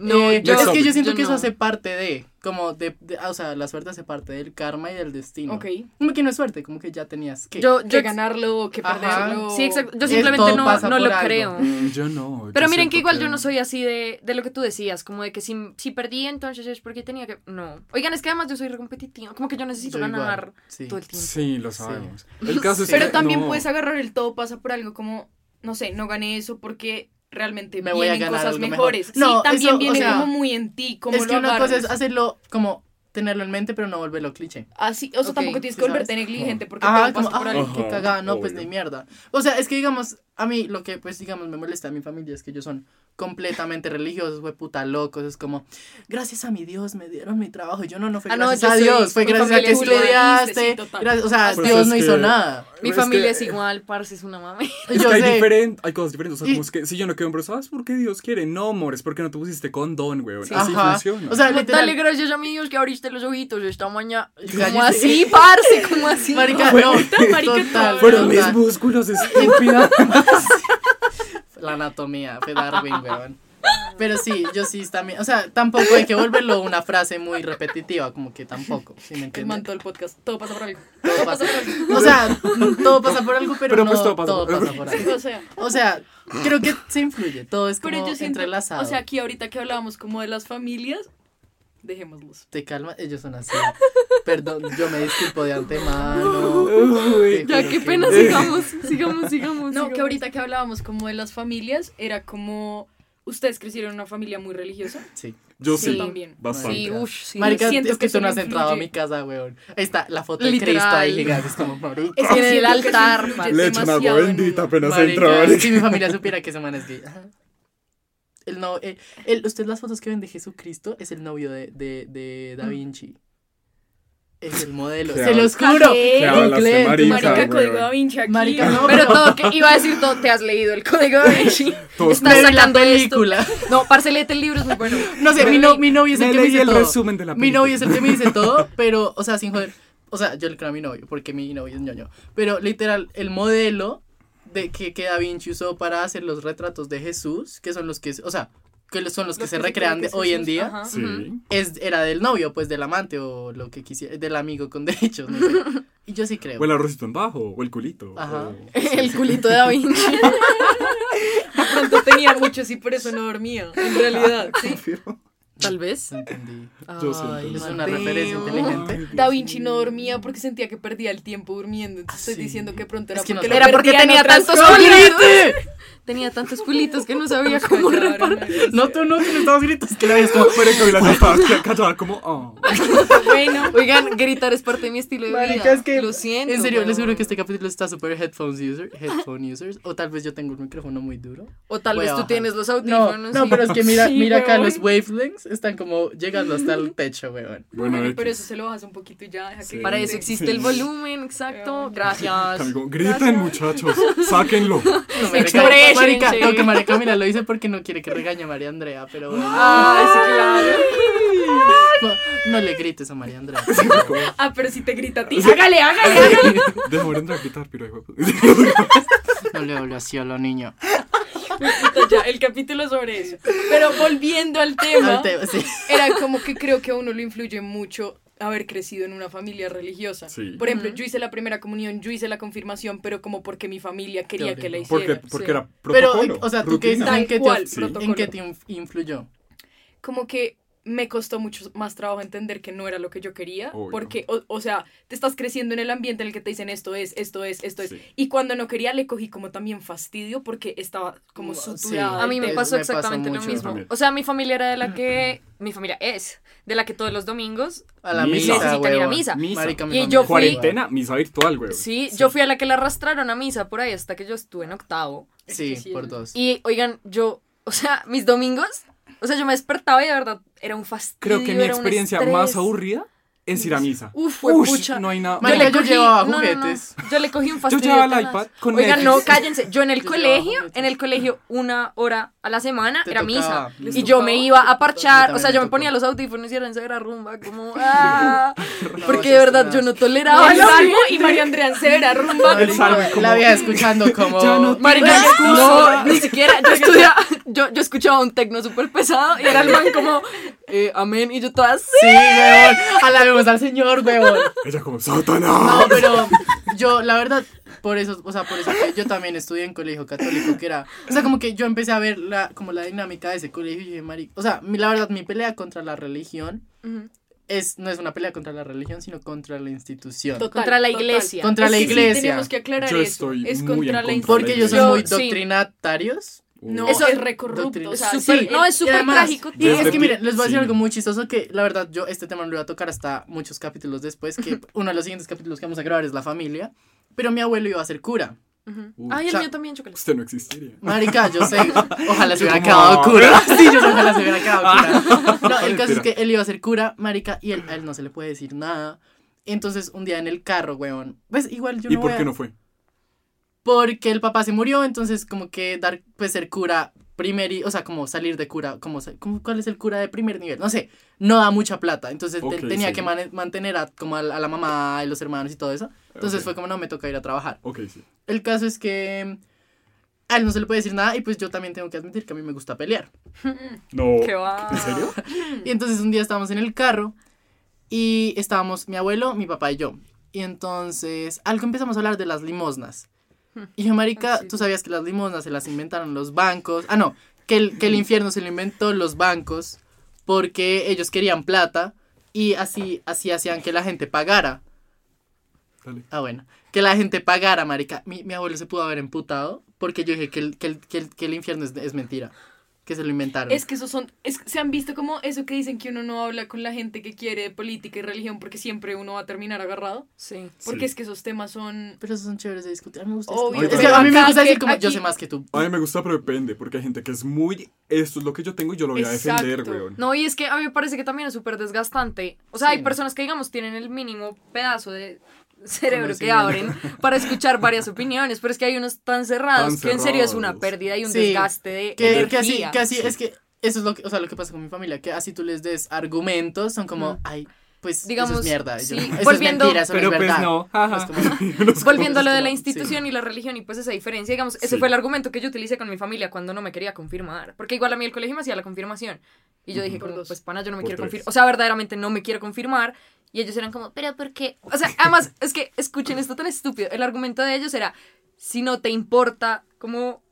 No,
Eh,
yo-
es que yo
Yo
siento que
no.
eso hace parte de, como de, de- ah, o sea, la suerte hace parte del karma y del destino.
Ok.
Como que no es suerte, como que ya tenías que.
Yo,
Que
yo
ganarlo, que
Ajá.
perderlo.
Sí, exacto. Yo
Es
simplemente
todo
no,
pasa
no
por
lo
algo.
creo.
Mm, Yo no. yo
Pero miren que
siento
igual yo no soy así de, de lo que tú decías, como de que si, si perdí entonces es porque tenía que... No. Oigan, es que además yo soy re competitiva, como que yo necesito
Yo igual,
ganar
sí.
todo el tiempo.
Sí, lo
Sí.
sabemos.
(laughs)
El caso es
Pero
que
también
no.
puedes agarrar el todo pasa por algo como, no sé, no gané eso porque realmente
Me voy a
vienen
ganar
cosas
algo mejor.
mejores.
No,
sí, también
eso, o
viene
sea,
como muy en ti, como
es
lo
que una cosa
agarras.
es hacerlo como tenerlo en mente, pero no volverlo cliché.
Así, o sea,
Ok,
tampoco tienes que
¿sabes?
volverte negligente porque
Ajá,
todo
como,
pasa por
ah,
algo.
Ajá,
qué cagada, no, pues
obvio.
ni mierda. O sea, es que digamos, a mí lo que, pues, digamos, me molesta a mi familia es que ellos son completamente religiosos, fue puta locos, es como, gracias a mi Dios me dieron mi trabajo, y yo no, no fue
Ah, no,
gracias
yo
a
soy
Dios, fue
muy
gracias a que
familiar,
estudiaste,
sí, total.
gracias- o sea,
Por
Dios
eso Pues es
no
que-
hizo nada,
Mi
Es
familia
que-
es igual, parce es una mami.
Es
yo
que hay,
sé,
diferent- hay cosas diferentes. O sea,
Y-
como es que si yo no quedo embarazada, es porque Dios quiere. No, amor, es porque no te pusiste condón, güey. Así
ajá,
funciona.
o sea, literal, (laughs)
Dale gracias a mi Dios que abriste los ojitos esta mañana.
Cállate.
¿Cómo así, parce?
(laughs)
¿Cómo así?
marica, no,
marica,
total,
no.
Fueron mis
total. (laughs)
músculos, estúpida.
la anatomía fue Darwin, weón. Pero sí, yo sí también, o sea, tampoco hay que volverlo una frase muy repetitiva, como que tampoco, ¿sí me
El
entiendes?
manto del podcast. Todo pasa por algo.
(laughs) Todo pasa-
(laughs)
o sea, todo pasa por algo, pero,
Pero
no
pues
todo pasa, por, algo.
O sea,
O sea, creo que se influye, todo es como
pero yo siento.
entrelazado.
O sea, aquí ahorita que hablábamos como de las familias, dejémoslos.
Te calma, ellos son así. Perdón, yo me disculpo de antemano.
Uy,
Ya,
pero
qué pena,
no.
sigamos, sigamos, sigamos.
No, que ahorita que hablábamos como de las familias, era como. Ustedes crecieron en una familia muy religiosa.
Sí.
Yo
Sí.
sí,
También.
bastante.
Sí, uff, sí.
Marica,
siento
es que,
que
tú
eso
no has
me
entrado a mi
influye.
casa, weón. Ahí está la foto
Literal.
de Cristo ahí gigante. Es como, marica.
Es
En el
siento que eso
altar,
influye
parce.
Le echo una
demasiado en uno.
bendita apenas
Marica,
entró.
Si mi familia supiera que ese man es gay. Ajá. El no, el, el- usted las fotos que ven de Jesucristo es el novio de, de, de
Mm.
Da Vinci. Es el modelo.
Qué
Se los
hablas-
juro.
¿Qué
hablas de
Inglés,
marica,
Marica,
Claro,
código
weón.
da Vinci aquí.
Marica, no.
(laughs)
Pero todo, que iba a decir todo, te has leído el código de Vinci.
Todos-
Estás
Me vi la
sacando esto.
película.
No, parce, léete
(laughs)
el libro, es muy bueno.
No sé,
Me
mi,
leí-
no- mi novio es el
Me
que me
leí
dice
el
todo.
resumen de la
Mi
película.
novio es el que me dice (laughs) todo, pero, o sea, sin joder. O sea, yo le creo a mi novio, porque mi novio es ñoño. Pero literal, el modelo de que, que Da Vinci usó para hacer los retratos de Jesús, que son los que, o sea, que son los, que,
Los
se
que se
recrean
creen
de
que es
hoy en
Jesús,
día,
ajá.
Sí.
es, era del novio, pues del amante o lo que quisiera, del amigo con (laughs) derechos. no sé. Y yo sí creo.
O el arrocito en bajo, o el culito.
Ajá.
o-
El culito de Da Vinci.
Pronto tenía muchos y por eso no dormía. En realidad, sí.
(laughs) Tal vez.
Entendí.
Yo sí
Ay,
entendí.
Es una
Mateo.
referencia (laughs) inteligente.
Da Vinci no dormía porque sentía que perdía el tiempo durmiendo. Entonces
Ah, sí.
estoy diciendo que pronto
Es
era
que no
porque
sé.
lo
Era porque
perdía en
tenía
otras
tantos
cosas.
culitos. Tenía tantos culitos que no
(laughs)
sabía cómo
Callaron,
reparar.
No, tú no, tú no estabas gritando, es que la ves como...
Como fuera
(laughs)
que la estaba aquí callada, como. oh.
Bueno,
Oigan, gritar es parte de mi estilo de
Marica,
vida.
es que
Lo siento.
En serio,
weón.
les juro que este capítulo está súper headphones user, headphone users. O tal vez yo tengo el micrófono muy duro.
O tal
Voy
vez
a
tú
bajar.
tienes los
No,
audífonos.
no,
y-
pero es
(laughs)
que mira,
Sí,
mira acá
weón.
los wavelengths están como llegando hasta el techo, weón.
Bueno,
Bueno,
X.
pero eso se lo bajas un poquito y ya. Deja
Sí.
que
Para eso existe el volumen, exacto. Gracias.
También como, griten, muchachos, sáquenlo.
No me
Expresense.
regañes. Marica, no, que María Camila lo dice porque no quiere que regañe a María Andrea, pero bueno.
Ay, sí, claro.
No, no le grites a María Andrea.
Ah, pero si te grita (laughs) a ti. Hágale, hágale.
(laughs) Deja morir entrar a gritar, pero hijo.
(laughs) No le hables así a los niños.
Ya, el capítulo sobre eso. Pero volviendo al tema,
Ahorita- sí.
era como que creo que a uno lo influye mucho haber crecido en una familia religiosa.
Sí.
Por ejemplo, yo hice la primera comunión, yo hice la confirmación, pero como porque mi familia quería que la hiciera.
(laughs) Porque, porque
Sí.
era
Pero, eh,
protocolo.
o sea, ¿tú qué dices?
rutina.
¿En qué
Tal cual,
te, en
protocolo.
qué te inf- influyó?
como que me costó mucho más trabajo entender que no era lo que yo quería,
Obvio.
porque, o, o sea, te estás creciendo en el ambiente en el que te dicen esto es, esto es, esto es.
Sí.
Y cuando no quería le cogí como también fastidio porque estaba como
Sí.
suturada.
A mí me
Eso
pasó
me pasó
exactamente lo
mucho.
mismo.
También.
O sea, mi familia era de la que. Mi familia es de la que todos los domingos.
A la
Misa.
misa,
Necesitan ir a
weón.
misa.
Misa.
Marica, mi
Y
mamá
yo
es
fui-
igual.
Cuarentena, misa virtual, güey.
Sí, yo fui a la que la arrastraron a misa por ahí hasta que yo estuve en octavo.
Sí,
Sí,
por
el-
dos.
Y oigan, yo. O sea, mis domingos. O sea, yo me despertaba y de verdad era un fastidio.
Creo que mi
era un
experiencia
estrés.
más aburrida es ir a misa.
Uf, fue
Ush,
pucha.
No hay nada.
Marica, yo llevaba
no, no, no.
juguetes.
Yo le cogí un fastidio.
llevaba el
tenaz.
iPad con
Oigan, no,
Netflix.
cállense. Yo en el
Yo llevaba
colegio,
juguetes.
en el colegio, una hora a la semana
Te
era
tocaba.
misa.
Les
Y yo
tocaba.
me iba a parchar. O
también
sea,
me
yo me
tocó.
ponía los audífonos y era en Sagrada Rumba, como. ah,
No, eso
porque de
es
verdad
tenaz.
yo no toleraba.
Estaba el
lo
salmo
mismo.
y María Andrea Severa rumba.
Marica,
salvo y como-
La había escuchando como.
Ya no-
Marica,
Ay,
no, ni siquiera. Yo estudiaba, yo, yo escuchaba un tecno súper pesado y era el man como, eh, amén. Y yo todas,
Sí, weón. Alabemos al Señor, weón.
Ella como,
No,
¡Satanás!
pero yo, la verdad, por eso, o sea, por eso que yo también estudié en colegio católico, que era, o sea, como que yo empecé a ver la, como la dinámica de ese colegio y dije, marica, o sea, mi, la verdad, mi pelea contra la religión
Ujú.
es, no es una pelea contra la religión, sino contra la institución.
Total,
Contra la
total.
iglesia.
Contra
Es
la
que sí,
iglesia.
tenemos que aclarar
Yo
eso.
estoy
es
muy
contra
en
la
contra.
Porque ellos son
Yo-
muy
sí.
doctrinatarios.
No,
Eso-
es re corrupto. O
Doctrina-
sea, sí,
súper-
no, es
y
súper
además-
trágico.
Y es
Desde
que
mi-
miren, les voy a decir
sí.
algo muy chistoso que la verdad yo este tema no lo voy a tocar hasta muchos capítulos después, que uno de los siguientes capítulos que vamos a grabar es la familia, pero mi abuelo iba a ser cura.
Ujú.
Uy.
Ay, el
Cha-
mío también, chocolate.
Usted no existiría.
Marica, yo
(laughs)
sé. Ojalá se
Yo
hubiera
como,
quedado
ah.
cura. (laughs) Sí, yo sé, ojalá se hubiera
(laughs)
quedado cura. No, el caso es
Mentira.
que él iba a ser cura, marica, y él, a él no se le puede decir nada. Entonces, un día en el carro, weón. Pues igual yo
¿Y
no
por
voy a-
qué no fue?
Porque el papá se murió, entonces como que dar, pues ser cura primer, y- o sea, como salir de cura, como, sa- como- ¿cuál es el cura de primer nivel? No sé, no da mucha plata, entonces te-
Ok,
tenía
sí.
que mane- mantener a, como a, la a la mamá y los hermanos y todo eso. Entonces
Ok.
fue como, no, me toca ir a trabajar.
Ok, sí.
El caso es que a él no se le puede decir nada y pues yo también tengo que admitir que a mí me gusta pelear.
No.
¿Qué va?
¿En serio?
Mm.
Y entonces un día estábamos en el carro y estábamos mi abuelo, mi papá y yo. Y entonces algo empezamos a hablar de las limosnas. Y yo, marica,
Ah, sí,
tú
sí.
sabías que las limosnas se las inventaron los bancos. Ah, no, que el, que
Hmm.
el infierno se lo inventó los bancos porque ellos querían plata y así, así hacían que la gente pagara.
Dale.
Ah, bueno. Que la gente pagara, marica. Mi, mi abuelo se pudo haber emputado porque yo dije que el, que el, que el, que el infierno es, es mentira. Que se lo inventaron.
Es que esos son, es, se han visto como eso que dicen que uno no habla con la gente que quiere de política y religión porque siempre uno va a terminar agarrado.
Sí.
Porque
Sí.
es que esos temas son...
Pero esos son chéveres de discutir. A mí me gusta
Obvio,
discutir. Es que
pero
a mí me
acá
gusta
que
decir como yo
aquí-
sé más que tú.
A mí me gusta, pero depende, porque hay gente que es muy, esto es lo que yo tengo y yo lo voy a defender,
Exacto.
weón.
No, y es que a mí me parece que también es súper desgastante. O sea,
Sí.
hay personas que, digamos, tienen el mínimo pedazo de cerebro que abren
Conocimiento.
para escuchar varias opiniones, pero es que hay unos tan cerrados
Tan
que en serio es una
cerrados.
pérdida y un
Sí.
desgaste de
Que, que así,
energía.
que así, es que eso es lo que, o sea, lo que pasa con mi familia, que así tú les des argumentos, son como,
Ujú.
ay, pues
Digamos,
eso es mierda, y yo,
sí,
eso
volviendo-
es mentira, eso no es verdad.
jaja.
Es como-
Pues
Volviendo a lo
Es
de
como-
la institución y la religión y pues esa diferencia, digamos, ese
Sí.
fue el argumento que yo utilicé con mi familia cuando no me quería confirmar, porque igual a mí el colegio me hacía la confirmación y yo dije,
Por
como,
dos.
pues pana, yo no me
Por
quiero
tres.
confirmar, o sea, verdaderamente no me quiero confirmar y ellos eran como, pero ¿por qué? O sea, además es que escuchen esto tan estúpido, el argumento de ellos era, si no te importa como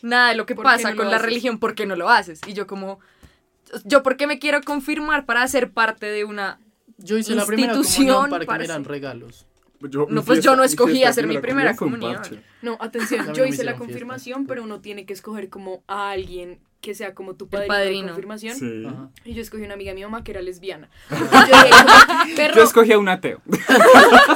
nada de lo que
¿Por qué
pasa
no lo
con la
haces?
religión, ¿por qué no lo haces? Y yo como yo por qué me quiero confirmar para ser parte de una
Yo hice la primera comunión
Institución,
para que me
parce.
dieran regalos.
Yo- mi
No, pues yo no
mi
escogí
fiesta,
hacer mi primera
fue un
comunión.
parche.
No,
A mí
atención,
no
yo
me
hice la
hicieron
confirmación,
fiesta.
pero uno tiene que escoger como a alguien que sea como tu padrino,
padrino.
de confirmación.
Sí.
Ajá.
Y yo escogí una amiga de mi mamá que era lesbiana. (laughs) Porque yo dije, como,
Yo
perro,
escogí a un ateo.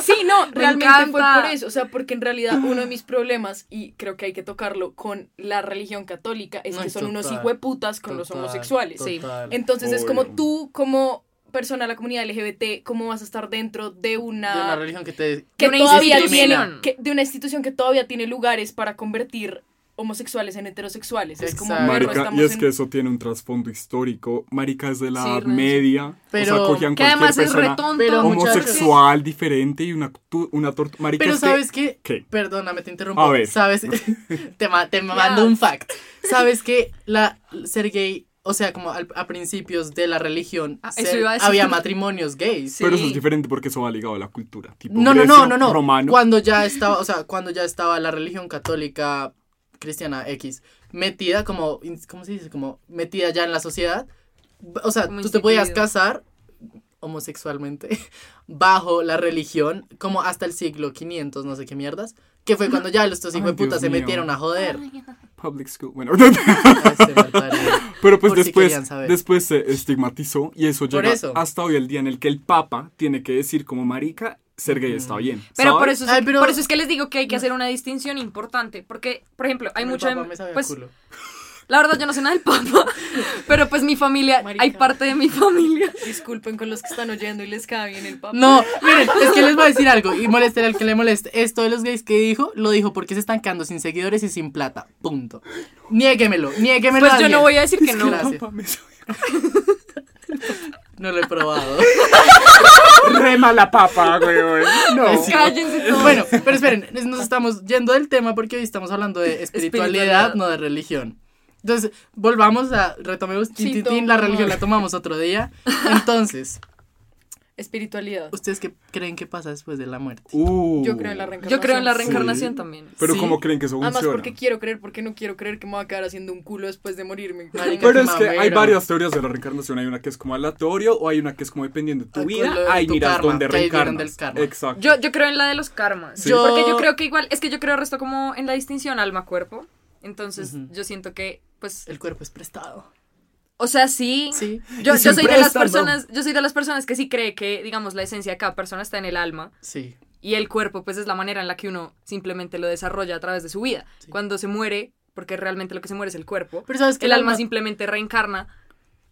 Sí, no, realmente
encanta.
fue por eso, o sea, porque en realidad uno de mis problemas, y creo que hay que tocarlo con la religión católica, es
No,
que son unos
total,
hijueputas con los
Total,
homosexuales.
sí.
total.
Entonces es como
Obvio.
tú, como persona de la comunidad LGBT, cómo vas a estar dentro de una...
De una religión que te...
que
de una
todavía
institución.
tiene- que- de una institución que todavía tiene lugares para convertir homosexuales en heterosexuales. Es como,
Exacto.
perro,
Marica, y
pues, estamos
es
en-
que eso tiene un trasfondo histórico. Marica es de la
Sí,
Edad
re.
media.
Pero-
o sea, cogían
que
cualquier
además es
persona
retonto
Pero muchachos-
homosexual, diferente y una, tu- una tortura. Marica,
Pero
es que-
¿sabes qué?
¿Qué?
Perdóname, te interrumpo.
A ver.
¿Sabes? (laughs) te, ma- te mando un fact. ¿Sabes que la ser gay, o sea, como al- a principios de la religión,
Ah, eso
ser-
iba a decir.
había matrimonios gays?
Sí.
Pero eso es diferente porque eso va ligado a la cultura. Tipo,
No, no, no,
Grecia,
no, no.
Romano.
Cuando ya estaba, o sea, cuando ya estaba la religión católica cristiana X metida como in- ¿cómo se dice? Como metida ya en la sociedad. O sea,
Como
tú te podías
instituido.
casar homosexualmente (laughs) bajo la religión como hasta el siglo 500, no sé qué mierdas, que fue cuando ya los estos
(laughs) Ay,
hijos de puta
Dios
se
mío.
metieron a joder. (laughs) este
Public school. Bueno, (laughs)
Ay, se me parió.
pero pues
Por si
después,
querían saber.
después se estigmatizó y eso
Por
llega
eso.
hasta hoy el día en el que el Papa tiene que decir como marica, ser gay está bien.
Pero por
¿sabes?
eso,
Ay, pero-
por eso es que les digo que hay que hacer una distinción importante. Porque, por ejemplo, hay
Mi
mucho. de-
papá me sabe a
pues,
culo.
la verdad, yo no sé nada del papa.
(laughs)
Pero pues mi familia,
Marica.
hay parte de mi familia.
Disculpen con los que están oyendo y les cae bien el papá.
No, miren, es que les voy a decir algo y molestar al que le moleste. Esto de los gays que dijo, lo dijo porque se están quedando sin seguidores y sin plata. Punto. Niéguemelo, niéguemelo.
Pues yo no voy a decir que
Es
no.
que la- Gracias.
Papa, me (laughs) soy-
No lo he
(laughs)
probado.
Rema la papa, weón. No.
Sí.
Cállense todos.
Bueno, pero esperen, nos estamos yendo del tema porque hoy estamos hablando de espiritualidad,
Espiritualidad.
no de religión. Entonces, volvamos a retomemos tin,
Sí,
tin, tin, la
tomamos.
religión la tomamos otro
(laughs)
día. Entonces,
Espiritualidad.
¿ustedes qué creen que pasa después de la muerte?
Uh.
Yo creo en la reencarnación.
yo creo en la
Sí.
reencarnación también.
Pero
Sí.
¿cómo creen que eso funciona?
Además, porque quiero creer, porque no quiero creer que me voy a quedar haciendo un culo después de morirme.
Marica,
Pero es que
mamero.
hay varias teorías de la reencarnación. Hay una que es como aleatorio o hay una que es como dependiendo de tu
Ay, con lo de
vida. Ahí
tu
miras
karma,
dónde
que ahí miran
reencarnas.
del karma.
Exacto.
Yo, yo creo en la de los karmas.
Sí. Yo-
Porque yo creo que igual, es que yo creo resto como en la distinción alma-cuerpo. Entonces,
Ujú.
yo siento que, pues,
El cuerpo es prestado.
o sea, sí.
Sí.
Yo,
Y
yo soy
siempre
de las
estando.
personas, yo soy de las personas que sí cree que, digamos, la esencia de cada persona está en el alma.
Sí.
Y el cuerpo, pues, es la manera en la que uno simplemente lo desarrolla a través de su vida. Cuando se muere, porque realmente lo que se muere es el cuerpo,
Pero sabes que
el alma simplemente reencarna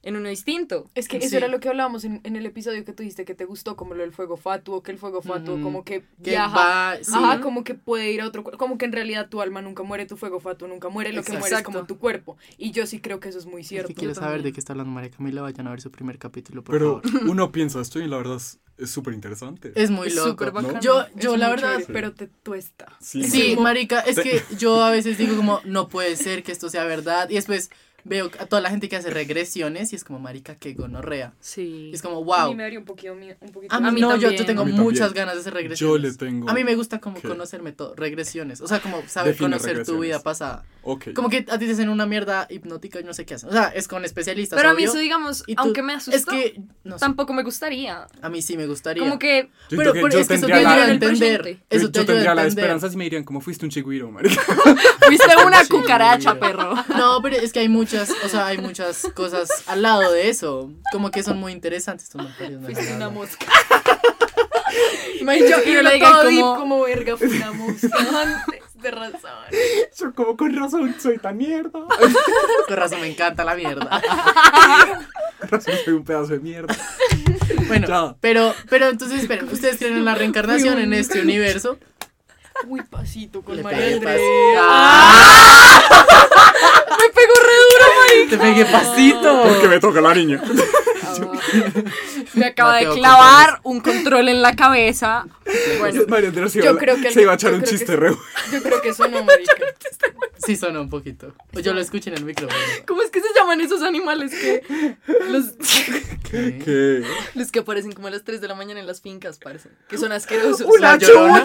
en uno distinto.
Es que
Sí.
eso era lo que hablábamos en, en el episodio que tú dijiste que te gustó, como lo del fuego fatuo, que el fuego fatuo
Ujú.
como que,
Mm, que
viaja.
va, sí.
Ajá, como que puede ir a otro cuerpo. Como que en realidad tu alma nunca muere, tu fuego fatuo nunca muere, lo que muere es
Exacto.
como tu cuerpo. Y yo sí creo que eso es muy
Si
cierto.
quieres
yo
saber de
también.
qué está hablando María Camila, vayan a ver su primer capítulo, por
Pero
favor.
uno piensa esto y la verdad es es súper interesante.
Es muy
Es
loco.
súper bacano.
Yo,
Es
yo la
muy
verdad,
chévere, pero te tuesta.
Sí,
Sí,
pero-
marica, es
Te-
que yo a veces digo como, no puede ser que esto sea verdad. Y después veo a toda la gente que hace regresiones y es como, marica, que gonorrea.
Sí.
Y es como, wow.
daría un poquito, un poquito
A mí,
A mí
no, yo, yo
también.
tengo
A mí
muchas
también.
ganas de hacer regresiones.
Yo le tengo.
A mí me gusta como
¿Qué?
conocerme todo, regresiones. O sea, como saber
Define
conocer tu
regresiones.
vida pasada.
Ok.
Como que a ti te hacen una mierda hipnótica y no sé qué hacen. O sea, es con especialistas.
Pero a mí
obvio.
eso, digamos,
Y tú-
aunque me asustó,
Es que, no sé,
tampoco me gustaría.
a mí sí me gustaría. (laughs)
Como que
Yo
pero
creo que
pero
yo
es que eso te
tendría
ayuda
la-
a entender.
Presente.
Yo,
Eso te
yo
ayuda
tendría
a
la
entender.
esperanza si me dirían, como fuiste un chigüiro, marica? (laughs)
fuiste una
Sí,
cucaracha,
mira. (laughs)
perro.
No, pero es que hay muchas, o sea, hay muchas cosas al lado de eso, como que son muy interesantes. estos manjares, no
Fuiste
sé
una
nada.
mosca. Imagínate
Yo-
que
y
uno
le
todo
digan
deep
como-
como verga fue una mosca antes de razón.
Yo como con razón soy tan
(laughs)
mierda.
Con razón, me encanta la (laughs) mierda.
soy un pedazo
(laughs)
de mierda.
Bueno,
Ya.
pero, pero entonces, esperen, ¿ustedes creen en la reencarnación en este universo?
Uy, pasito con
Le
María
pegué
Andrea. Ah,
pasito.
me pegó re
Te pegué pasito.
Porque me toca la niña.
duro. Me acaba de
Mateo,
clavar un control en la cabeza. Bueno,
(laughs) María Andrea se,
Yo
iba,
creo que
se iba a
algo-
echar
yo
un
creo que
chiste
sí.
¿Eh?
re bueno.
Yo creo que eso no, marica.
Sí, sonó un poquito. O yo lo escuché en el
(laughs)
micrófono.
¿cómo es que se llaman esos animales que los, (laughs)
¿Qué?
que
los que aparecen como a las 3 de la mañana en las fincas, parece? Que son asquerosos.
¿Una llorona?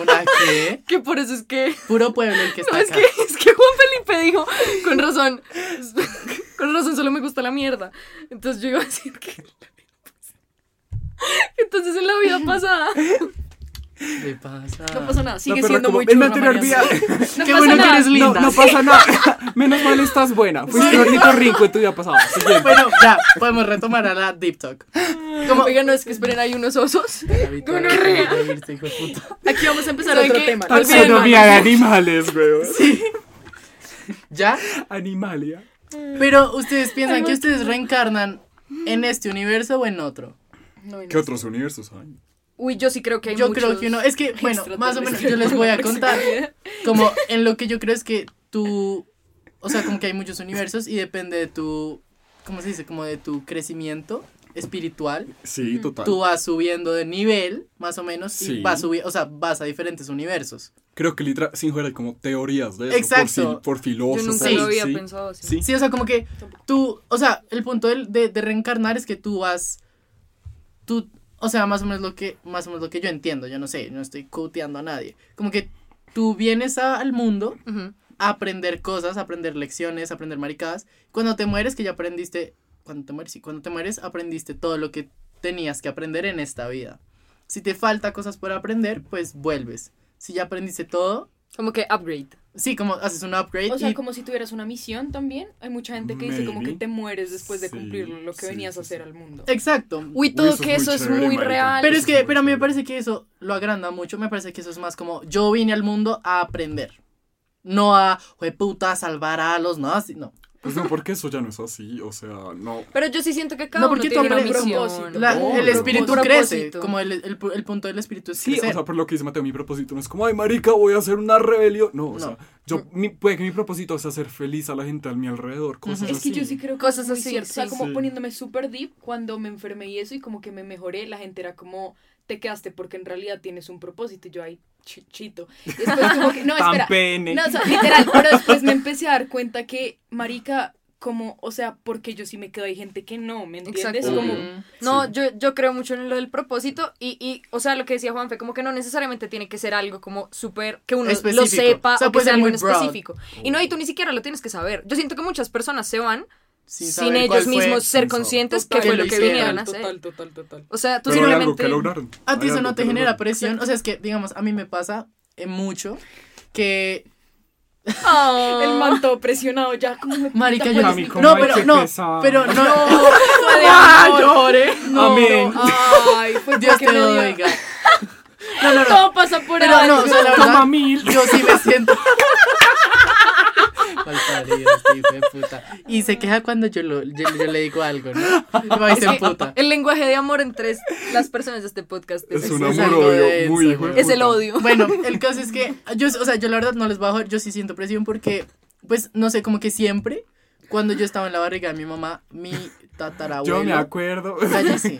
¿Una qué?
Que por eso es que (laughs)
Puro pueblo el que está
No, es
acá.
que, (laughs) es que Juan Felipe dijo, con razón, (laughs) con razón solo me gusta la mierda. Entonces yo iba a decir que... (laughs) Entonces en la vida pasada...
¿Qué pasa?
No pasa nada, sigue
perra
siendo
como,
muy
"El
churra,
anterior
María
No
Andrea".
Qué
pasa
bueno que
nada.
eres
No,
linda.
no pasa nada. Menos mal estás buena. Fuiste gordito rico en tu vida pasada. Siguiente.
Bueno, ya, podemos retomar a la Deep Talk.
Como, oigan, no, es que esperen, hay unos osos. Gonorrea.
Aquí vamos a empezar
¿Saben
otro
qué?
tema.
Tal-
Olviden-
Taxonomía de animales, güey.
¿Ya?
Animalia.
Pero ustedes piensan que ustedes reencarnan en este universo o en otro.
No, no.
¿Qué otros universos hay?
Uy, yo sí creo que hay
Yo
muchos.
creo que uno, es que,
(laughs)
bueno, más o menos yo les voy a
(laughs)
contar como en lo que yo creo es que tú, o sea, como que hay muchos universos y depende de tu, ¿cómo se dice? Como de tu crecimiento espiritual.
Sí, total.
Tú vas subiendo de nivel, más o menos, y
Sí.
vas subi- o sea, vas a diferentes universos.
Creo que literal, sin joder, hay como teorías de eso.
Exacto.
Por, fil- por
Yo
filósofos.
nunca
Sí,
lo había
sí.
pensado así.
Sí.
Sí, o sea, como que tú, o sea, el punto del- de, de reencarnar es que tú vas, tú, o sea, más o menos lo que, más o menos lo que yo entiendo, yo no sé, no estoy coteando a nadie, como que tú vienes a- al mundo
Ujú.
a aprender cosas, a aprender lecciones, a aprender maricadas, cuando te mueres, que ya aprendiste, cuando te mueres, sí, cuando te mueres, aprendiste todo lo que tenías que aprender en esta vida. Si te falta cosas por aprender, pues vuelves. Si ya aprendiste todo,
Como que upgrade.
sí, como haces un upgrade
O sea,
Eh, y
como si tuvieras una misión también. Hay mucha gente que dice como que
Maybe.
te mueres después de
Sí,
cumplir lo que
sí,
venías
sí,
a
sí.
hacer al mundo.
Exacto.
Uy,
Uy,
todo
eso es
que
muy
eso es
chévere,
muy
marica.
real.
Pero es
Eso
que,
es
pero a mí me
muy
parece que eso lo agranda mucho. Me parece que eso es más como yo vine al mundo a aprender. No a, jueputa, salvar a los no, así, no.
Pues no, porque eso ya no es así. O sea, no.
Pero yo sí siento que cada
no,
uno
porque
tiene una
aprendes como-
misión.
la-
No,
el
pero-
espíritu
Un
crece.
propósito.
Como el, el, el punto del espíritu es
Sí,
crecer.
o sea, por lo que dice Mateo, mi propósito no es como, ay, marica, voy a hacer una rebelión. No, o
No.
sea, yo, mi- puede que mi propósito sea hacer feliz a la gente a mi alrededor, cosas
Ujú.
Es que
así.
yo sí creo que
Cosas
es muy
así,
cierto. O sea,
sí.
como
Sí.
poniéndome súper deep, cuando me enfermé y eso, y como que me mejoré, la gente era como, te quedaste porque en realidad tienes un propósito. Y yo ahí, chichito. Y después como que, no, espera.
pene.
No, o sea, literal, pero después me empecé a dar cuenta que, marica, como, o sea, porque yo sí me quedo, hay gente que no, ¿me entiendes?
Exacto.
Como,
Mm.
No,
Sí.
yo, yo creo mucho en lo del propósito y, y, o sea, lo que decía Juanfe, como que no necesariamente tiene que ser algo como súper, que uno lo
Específico.
sepa
O sea,
o que
puede
sea
ser
algo
muy
en
broad.
específico. Y no, y tú ni siquiera lo tienes que saber. Yo siento que muchas personas se van
Sin
sin,
saber cuál
ellos
fue.
mismos ser
Sin saber.
conscientes
Total,
qué fue
que
lo
lo
que
hicieron.
vinieron a hacer.
total, total, total.
O sea, tú
Pero hay algo
simplemente...
que
(laughs)
lograron.
A ti
Hay
eso
algo
no te
que
genera
lograron.
presión. O sea, es que, digamos, a mí me pasa eh, mucho que
Oh.
El manto presionado ya, como me (laughs)
marica
puta,
yo
pues,
Cami,
mi-
¿cómo
no
hay
pero
que
no
pesar?
pero no, (laughs)
(laughs)
fue de amor.
lloré
No,
Amén.
Ay, pues
Dios
porque
te
me dio-
oiga No, no, no.
Todo pasa por
Pero
algo.
no, o sea,
(laughs)
la
Toma
verdad,
mil.
yo sí me (laughs) siento. Mal parido, este hijo de puta. Y se queja cuando yo, lo, yo, yo le digo algo, ¿no? Y va y se emputa.
El lenguaje de amor entre las personas de este podcast es,
Es
un
un
es
amor
algo
odio
denso,
muy hijo de
güey.
es el
puta.
odio.
Bueno, el caso es que yo, o sea, yo la verdad no les bajo, yo sí siento presión porque, pues, no sé, como que siempre, cuando yo estaba en la barriga de mi mamá, mi tatarabuelo.
Yo me acuerdo. (laughs)
(laughs)
Cállese.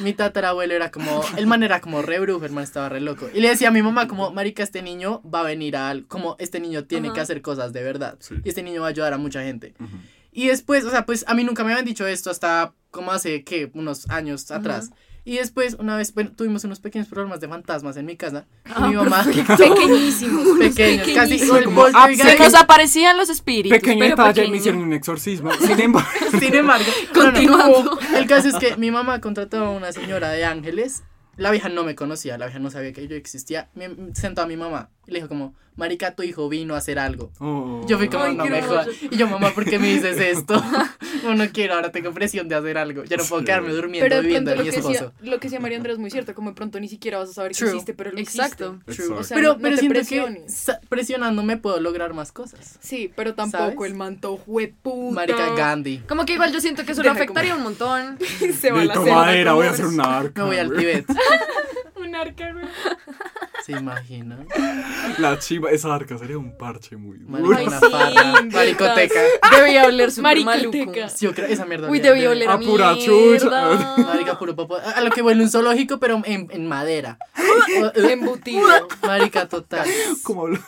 Mi tatarabuelo era como, el man era como re brujo, el man estaba re loco. Y le decía a mi mamá como, marica, este niño va a venir a algo, como este niño tiene
Ajá.
que hacer cosas de verdad.
Sí.
Y este niño va a ayudar a mucha gente. Y después, o sea, pues a mí nunca me habían dicho esto hasta como hace, ¿qué? Unos años atrás. Y después, una vez, bueno, tuvimos unos pequeños problemas de fantasmas en mi casa. y mi mamá,
(laughs) Pequeñísimo.
(laughs) pequeños, casi,
Ah, pequeñísimos.
el volteo y
Ah,
gané.
sí,
Se nos aparecían los espíritus.
Pequeño
pero
detalle,
pequeño.
me hicieron un exorcismo. Sin (laughs) embargo,
Sin embargo,
Continuando.
no, no. (laughs) el caso es que mi mamá contrató a una señora de Ángeles. La vieja no me conocía, la vieja no sabía que yo existía. Me sentó a mi mamá y le dijo como, marica, tu hijo vino a hacer algo.
Oh.
Yo fui como,
Ay,
no
qué
me
hermoso.
jodas. Y yo, mamá, ¿por qué me dices esto? (laughs) Bueno, no quiero, ahora tengo presión de hacer algo. Yo no puedo
Sí.
quedarme durmiendo
Pero de
viviendo
pronto
de mi
lo que,
esposo.
decía, lo que decía María Andrea es muy cierto, como de pronto ni siquiera vas a saber
True.
que existe, pero lo
Exacto.
True.
Exacto.
O sea,
pero
no
pero
te
siento que
presiones.
sa- presionándome puedo lograr más cosas.
existe. Sí, pero tampoco
¿Sabes?
el manto jueputa.
Marica Gandhi.
Como que igual yo siento que eso lo
Deja de
afectaría un montón.
(laughs) Se va a
de
la selva
tomadera,
con
voy a
hombres.
hacer un arca.
Me voy al
güey.
Tibet.
Un arca, güey.
¿Se
(laughs)
imaginan?
(laughs) La chiva, esa arca sería un parche muy duro. (laughs)
Marica, una fata, maricoteca.
(laughs)
(laughs)
Debía oler súper
(laughs)
maluco.
Maricoteca.
Yo creo esa mierda.
Uy,
debe-
debía
debe-
oler a
A pura
mierda.
Marica, puro popo. A lo que huele un zoológico, pero en, en
(laughs)
madera.
Embutido.
(laughs) Marica, total.
Como, habla-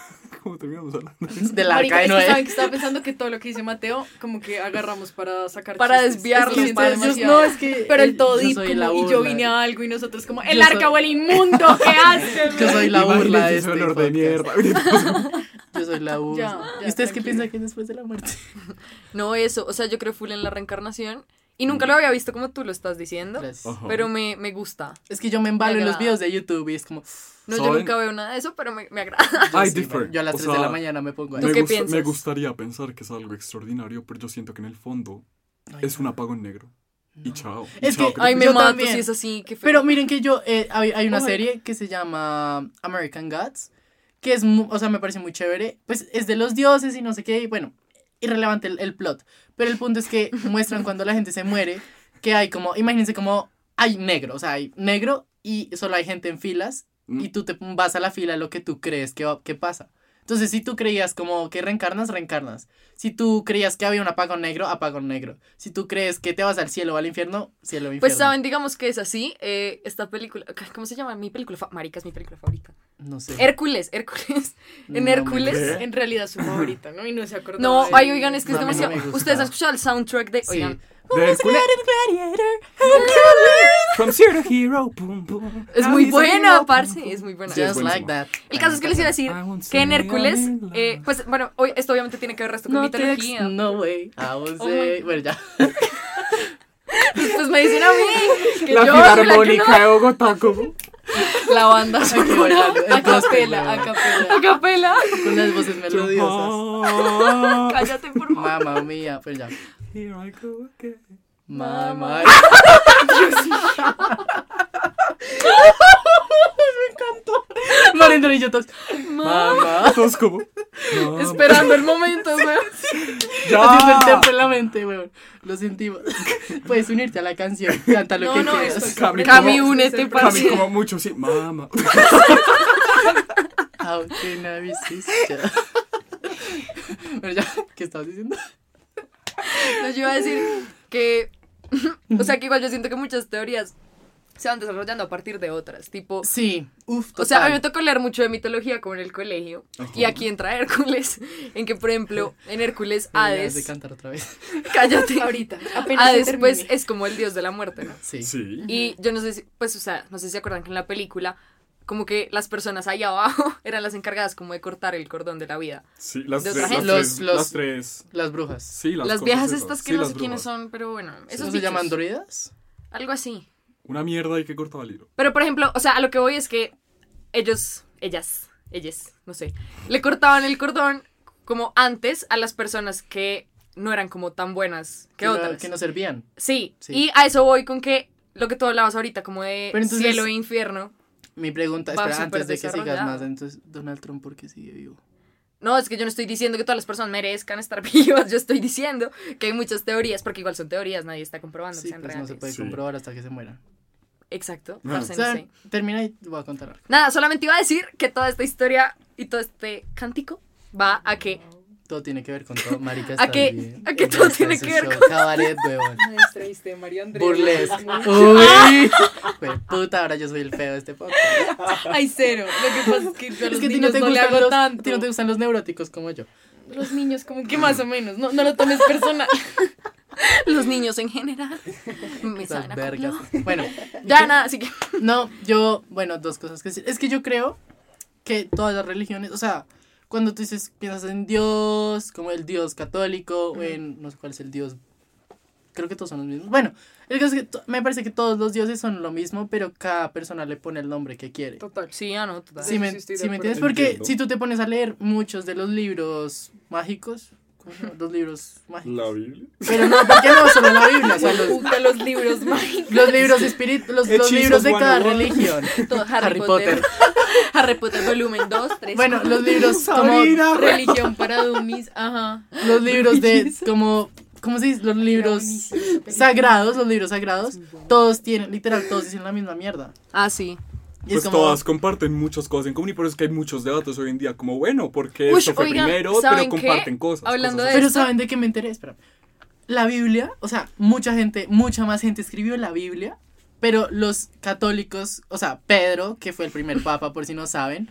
como terminamos hablando.
Del
Marica,
arca de
es que saben
Noé.
que estaba pensando que todo lo que dice Mateo, como que agarramos para sacar
Para
chistes.
desviarlo,
Es que siento
para
Ustedes-
demasiado.
no, es que.
Pero el todo
yo
deep,
soy
como,
la
y
burla.
yo vine a algo y nosotros como, el
Yo
arca
soy-
huele inmundo, ¿qué haces?
Yo soy la burla
Imagínense
de
ese
este
olor de
podcast.
mierda. (laughs)
Yo soy la burla.
Ya, ya,
¿Y ustedes qué
tranquilo.
piensan que es después de la
(laughs)
muerte?
(laughs) No, eso. O sea, yo creo full en la reencarnación. Y nunca lo había visto como tú lo estás diciendo.
Gracias.
Ajá.
Pero me, me gusta.
Es que yo me embalo en los
agrada.
videos de YouTube y es como.
No, yo
¿Saben?
nunca veo nada de eso, pero me, me agrada.
yo
Ay,
sí,
differ.
bueno, Yo a las
O
3 de
sea,
la mañana me pongo
Me,
ahí.
¿Tú qué
gusta- me
piensas?
gustaría pensar que es algo extraordinario, pero yo siento que en el fondo
Ay,
es un apagón negro. Y chao. y
Es
chao,
que-
te-
Ay, me
Yo
mato
también.
si es así. Qué feo.
Pero miren que yo, eh, hay, hay una
Ojalá.
serie que se llama American Gods, que es, mu- o sea, me parece muy chévere, pues es de los dioses y no sé qué, y bueno, irrelevante el, el plot, pero el punto es que muestran cuando la gente se muere, que hay como, imagínense como, hay negro, o sea, hay negro y solo hay gente en filas,
Mm.
y tú te vas a la fila lo que tú crees que, va- que pasa. Entonces, si tú creías como que reencarnas, reencarnas. Si tú creías que había un apagón negro, apagón negro. Si tú crees que te vas al cielo o al infierno, cielo o infierno.
Pues saben, digamos que es así. eh, esta película, ¿cómo se llama? Mi película, fa- marica, es mi película favorita.
No sé.
Hércules, Hércules.
No
En
me
Hércules.
creo.
En realidad es su favorita, ¿no? Y no se acordaba.
No,
de-
ay, oigan, es que es
No, a mí no
demasiado.
me gusta.
Ustedes han escuchado el soundtrack de.
Sí.
Oigan,
De
(laughs)
Hércules. From zero to hero, pum, pum.
es
Now
muy
he's a
buena,
hero,
parce.
pum,
Es muy buena.
Sí, es
Just like that.
El caso es que les iba a decir
I won't say
que en Hércules,
I love
eh, pues bueno, hoy, esto obviamente tiene que ver resto con
No text,
mitología.
no way. I
(laughs)
won't
Oh
say- Ah, eh, Bueno, ya. (laughs)
Pues me dicen a (laughs) mí que
La
yo
filarmónica de Bogotá, como.
la banda
Aquí bailando,
A
el gospel,
capela, a
weón,
capela.
capela.
Con las voces
oh.
melodiosas.
Ah,
Cállate, por favor.
Mamma mía. Pero ya.
here I go again.
(laughs)
Mamá. Me encantó. Marendra y yo todos. (laughs) Mamá.
Todos
(laughs)
como. no,
(laughs) Esperando el momento, weón.
Haciendo el
Ya.
tempo en la mente, weón. Lo sentimos. (laughs) Puedes unirte a la canción. Canta lo
No,
que
no,
quieras.
estoy
Cami,
Cami,
como-
únete,
Cami,
Cami
parce.
como mucho, sí. Mamá.
How can I
(laughs)
be sister? Pero ya, ¿qué estabas diciendo?
Entonces yo iba a decir que. (laughs) O sea, que igual yo siento que muchas teorías se van desarrollando a partir de otras. Tipo,
Sí, uf,
O sea, a mí me
total.
tocó leer mucho de mitología como en el colegio. Y aquí entra Hércules, en que, por ejemplo, en Hércules,
Deberías de
Hades,
cantar otra vez. (laughs)
cállate,
Ahorita, apenas se
Hades,
termine.
pues, es como el dios de la muerte, ¿no?
Sí.
(laughs) Sí.
Y yo no sé si, pues, o sea, no sé si se acuerdan que en la película, como que las personas ahí abajo (laughs) eran las encargadas como de cortar el cordón de la vida.
Sí, las
De
tres.
otra
Las,
gente.
Los-
tres,
los-
las tres.
Las brujas.
Sí, las,
Las
cosas
viejas
esas.
estas que
Sí,
no
las
sé quiénes
brujas.
son, pero bueno, esos
¿No se
bichos,
llaman druidas?
Algo así.
Una mierda y que cortaba el hilo.
Pero, por ejemplo, o sea, a lo que voy es que ellos, ellas, ellas, no sé, le cortaban el cordón como antes a las personas que no eran como tan buenas que
no-
otras.
que no servían.
Sí,
Sí.
y a eso voy con que lo que tú hablabas ahorita, como de
Pero entonces-
cielo e infierno.
Mi pregunta,
Va
espera,
súper
antes de que sigas
desarrollado.
más, entonces, Donald Trump, ¿por qué sigue vivo?
No, es que yo no estoy diciendo que todas las personas merezcan estar (laughs) vivas, yo estoy diciendo que hay muchas teorías, porque igual son teorías, nadie está comprobando
Sí,
que Ah, sean
pues no
reales.
se puede
Sí.
comprobar hasta que se mueran.
Exacto,
Ah.
O
Arsene
sea,
Stein.
termina y te voy a contar algo.
Nada, solamente iba a decir que toda esta historia y todo este cántico va a que
Todo tiene que ver con todo, marica.
¿A
está
qué-
bien.
a qué
Ya
todo
está
tiene
su
que ver
show.
con-
Cabaret, huevón.
Entreviste María Andrea.
Burlesque.
(laughs)
Uy. Pues, puta, ahora yo soy el feo de este podcast.
Ay, cero. Lo que pasa es que yo a
Es
los
que a ti no
niños
te
no, le
gustan
hago
los- a
tanto.
ti no te gustan los neuróticos como yo.
Los niños, como que más o menos. No, no lo tomes personal.
los niños en
(laughs)
general me
Esas
saben a culo.
vergas. Bueno,
Ya nada,
(laughs)
así que
No, yo, bueno, dos cosas que decir. Es que yo creo que todas las religiones, o sea, cuando tú dices, piensas en Dios, como el Dios católico, o en, no sé cuál es el Dios, creo que todos son los mismos. Bueno, el caso es que to- me parece que todos los dioses son lo mismo, pero cada persona le pone el nombre que quiere.
Total.
sí, ya no, total.
Si
eso
me,
sí estoy de
sí me
acuerdo.
entiendes, porque
Entiendo.
si tú te pones a leer muchos de los libros mágicos, ¿cómo se llama? los libros mágicos.
La Biblia.
Pero no, ¿por qué no? Solo la Biblia, o sea,
(laughs)
los,
Puta, los libros mágicos.
los libros espíritus, los, los
Hechizos
libros de cada
101.
religión.
Todo Harry,
Harry
Potter. (laughs) Harry Potter volumen 2, 3.
Bueno, los libros como
Sabrina,
(laughs)
güey.
Religión para dummies. Ajá.
los libros de como ¿cómo se dice? Los libros
buenísima esa película.
sagrados, los libros sagrados, todos tienen, literal todos dicen la misma mierda.
Ah, sí.
Y
Pues
es como
todas comparten muchas cosas en común y por eso es que hay muchos debates hoy en día. Como bueno, porque
Uy,
esto fue
oigan,
primero,
¿saben
pero
qué?
comparten cosas.
Hablando
cosas
de-
Pero
esto.
saben de qué me enteré, espera. La Biblia, o sea, mucha gente, mucha más gente escribió la Biblia, pero los católicos, o sea, Pedro, que fue el primer papa, por si no saben,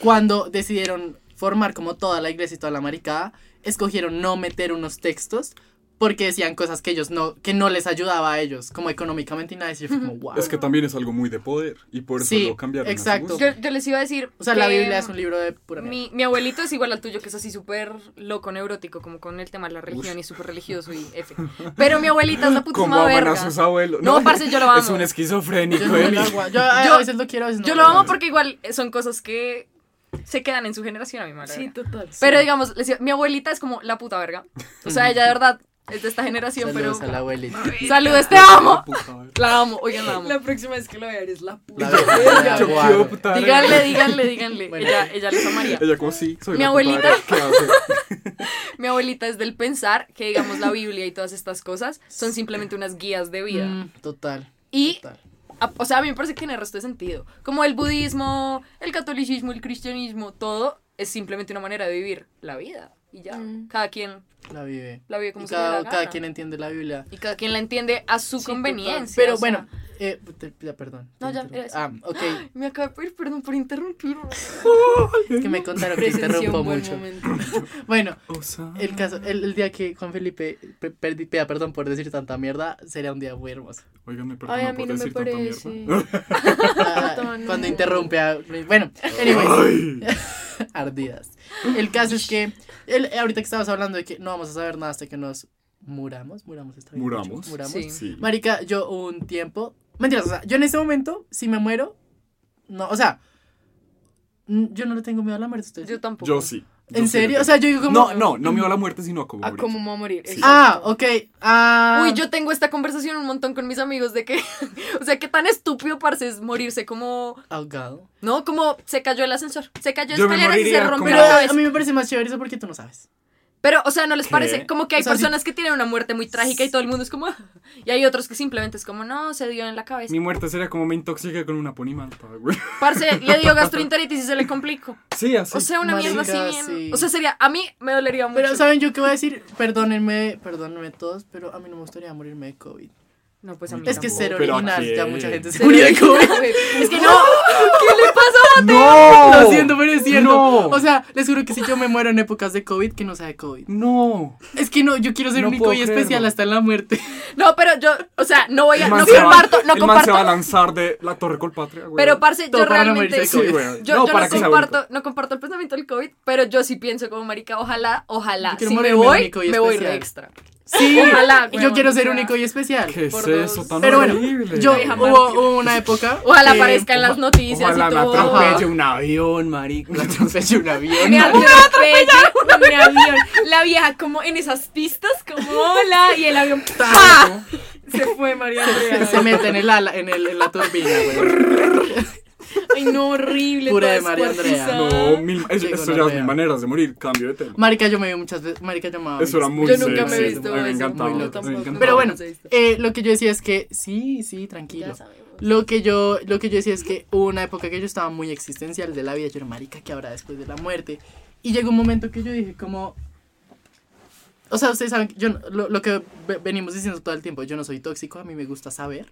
cuando decidieron formar como toda la iglesia y toda la maricada, escogieron no meter unos textos porque decían cosas que ellos no, que no les ayudaba a ellos, como económicamente y nada, y yo fue como, wow.
así. Es que también es algo muy de poder y por eso
Sí,
lo cambiaron. a su
exacto.
gusto.
Yo, yo les iba a decir
o sea, la
que
Biblia es un libro de pura mierda.
mi, mi abuelito es igual al tuyo, que es así súper loco, neurótico, como con el tema de la religión y es súper religioso y F. Pero mi abuelita es la
Como
putísima
aman
verga.
a sus abuelos.
No, parce, yo lo
(laughs) Es
amo.
un esquizofrénico,
Yo, no lo
(laughs) Eli.
aguanto. Yo a, a
Yo-
veces lo quiero, a veces no
Yo lo amo porque igual son cosas que se quedan en su generación a mi madre.
Sí, total.
Pero digamos, les digo, mi abuelita es como la puta verga. O sea, ella de verdad es de esta generación,
Saludos a
pero.
la abuelita.
Saludos, te amo.
Puta
(laughs)
madre.
La amo, oigan, la amo.
La próxima vez que lo vea eres la puta.
La Biblia,
Yo
guau.
quiero puta madre.
Díganle, díganle, díganle.
Bueno.
Ella, ella les amaría.
Ella como sí, soy
Mi
la puta madre,
abuelita.
¿qué
(laughs)
hace?
Mi abuelita es del pensar que, digamos, la Biblia y todas estas cosas son simplemente unas guías de vida.
Mm, total.
Y,
total.
a- o sea, a mí me parece que en el resto de sentido. Como el budismo, el catolicismo, el cristianismo, todo es simplemente una manera de vivir la vida. Y ya,
Mm.
cada quien
La vive.
la vive como
Y
se le da
cada,
la
cada
gana.
quien entiende la Biblia.
Y cada quien la entiende a su
Sí,
conveniencia.
Pero
o sea.
bueno, eh, te- ya, perdón. te
No, ya,
interrumpí.
era eso.
Ah,
(laughs)
ok.
Me acabo de pedir perdón por interrumpirme.
Es que me contaron que
Presenció
interrumpo
un buen
mucho.
momento.
Bueno,
O sea,
el caso, el, el día que Juan Felipe pe- perdí- pida perdón por decir tanta mierda, sería un día muy hermoso.
Oigan, me perdonan
Ay, a mí
por
no me
decir tanta
parece.
mierda.
Ah,
Puta, no.
cuando interrumpe a... Bueno,
(laughs)
anyways. Ardidas. El caso es que el- ahorita que estabas hablando de que no vamos a saber nada hasta que nos muramos, muramos está bien dicho,
Muramos.
muramos.
Sí.
Sí.
Marica, yo hubo un tiempo. Mentiras, o sea, yo en ese momento, si me muero, no, o sea, n- yo no le tengo miedo a la muerte. ¿ustedes?
Yo tampoco.
Yo sí. yo
¿En
sí le
serio?
tengo.
O sea, yo digo como.
No, no, no me va la muerte, sino a cómo
A
morir.
cómo me voy a morir.
Sí.
exacto.
Ah, ok. Ah,
Uy, yo tengo esta conversación un montón con mis amigos de que, (laughs) o sea, qué tan estúpido parce es morirse, como,
Ahogado.
no, como se cayó el ascensor, se cayó
Yo me
escaleras y se
moriría
rompió
como-
Pero
la
a
cabeza.
mí me parece más chévere eso porque tú no sabes.
Pero, o sea, ¿no les
¿Qué?
parece? Como que hay
O sea,
personas que tienen una muerte muy trágica y todo el mundo es como, "Ah". y hay otros que simplemente es como, no, se dio en la cabeza.
Mi muerte sería como me intoxiqué con una ponimanta, güey. (laughs)
Parce, le dio gastroenteritis y se le complicó.
Sí, así.
O sea, una mierda
Marica,
así bien.
sí.
O sea, sería, a mí me dolería mucho.
Pero, ¿saben yo qué voy a decir? Perdónenme, perdónenme todos, pero a mí no me gustaría morirme de COVID.
no, pues
(laughs)
a mí
Es que
tampoco.
ser
Pero ¿a
original, ya
quién?
mucha gente se
Ser
murió de
original,
COVID.
güey.
Es que (laughs) no,
¡No!
(laughs) lo siento, pero es cierto.
No.
O sea, les juro que si yo me muero en épocas de COVID, que no sea de COVID.
No.
Es que no, yo quiero ser
No
único
puedo
y
creerlo.
especial hasta la muerte.
No, pero yo, o sea, no voy a,
El
no
man se va-
comparto, no
el man se va a
comparto.
lanzar de la torre Colpatria, güey.
Pero, parce,
Todo
yo
para no morirse
realmente.
de
Sí,
COVID.
güey.
Yo,
no,
yo
para
no,
que sea
comparto, no comparto el pensamiento del COVID, pero yo sí pienso como marica, ojalá, ojalá,
Yo quiero
si me
morirme
voy,
único y
me voy
especial.
re extra.
Sí,
Ojalá,
yo
weón,
quiero
o
ser
sea.
único y especial.
¿Qué es
por
eso
dos.
tan
Pero bueno,
horrible?
yo
Vieja
hubo, hubo una época.
Ojalá
que-
aparezca en las noticias
Ojalá
y
me
todo.
atropelle un avión, marico.
La atropelló un avión. (laughs)
Me atropella un avión. La vieja como en esas pistas, como hola, y el avión ¡pa! se fue María Andrea.
Se mete en el ala, en, el, en la turbina, güey.
Ay, no, horrible.
Pura
toda
de María Andrea.
descuartizada.
No, mil, es-
Llegó
eso
la
ya es
rea.
mi manera de morir, cambio de tema.
Marica, yo me vi muchas veces. Marica, yo amaba
Eso era
Big
muy
Yo nunca me he
sexy,
visto
a mí me
eso,
encantaba,
muy
a mí
loco,
me encantaba.
Pero bueno,
Vamos a esto.
eh, lo que yo decía es que sí, sí, tranquilo. Lo que yo, lo que yo decía es que hubo una época que yo estaba muy existencial de la vida. Yo era marica, ¿qué habrá después de la muerte? Y llegó un momento que yo dije como... O sea, ustedes saben, que yo, no- lo, lo que ve- venimos diciendo todo el tiempo, yo no soy tóxico, a mí me gusta saber.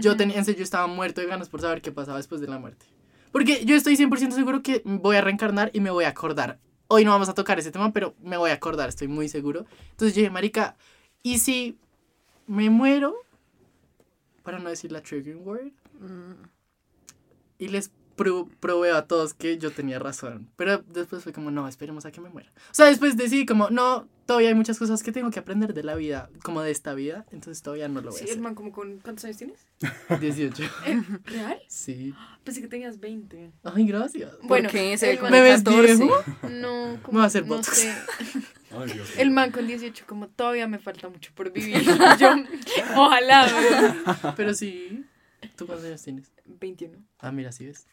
Yo tenía, en serio, yo estaba muerto de ganas por saber qué pasaba después de la muerte. Porque yo estoy 100% seguro que voy a reencarnar y me voy a acordar. Hoy no vamos a tocar ese tema, pero me voy a acordar, estoy muy seguro. Entonces yo dije, marica, ¿y si me muero? Para no decir la trigger word. Y les pro- proveo a todos que yo tenía razón. Pero después fue como, no, esperemos a que me muera. O sea, después decidí como, no, todavía hay muchas cosas que tengo que aprender de la vida, como de esta vida. Entonces todavía no lo voy
Sí,
a
el
hacer.
man como con... ¿Cuántos años tienes?
18.
¿Real?
Sí.
Pensé que tenías 20.
Ay, gracias.
Bueno,
qué? Se ve
el
como
man-
¿Me ves
14.
viejo?
(laughs)
No, como...
voy a hacer
no
botox.
sé.
Ay, Dios mío.
El man con 18, como todavía me falta mucho por vivir. (laughs) Yo, ojalá. ¿verdad?
Pero sí. ¿Tú cuántos años tienes?
21.
Ah, mira, sí ves.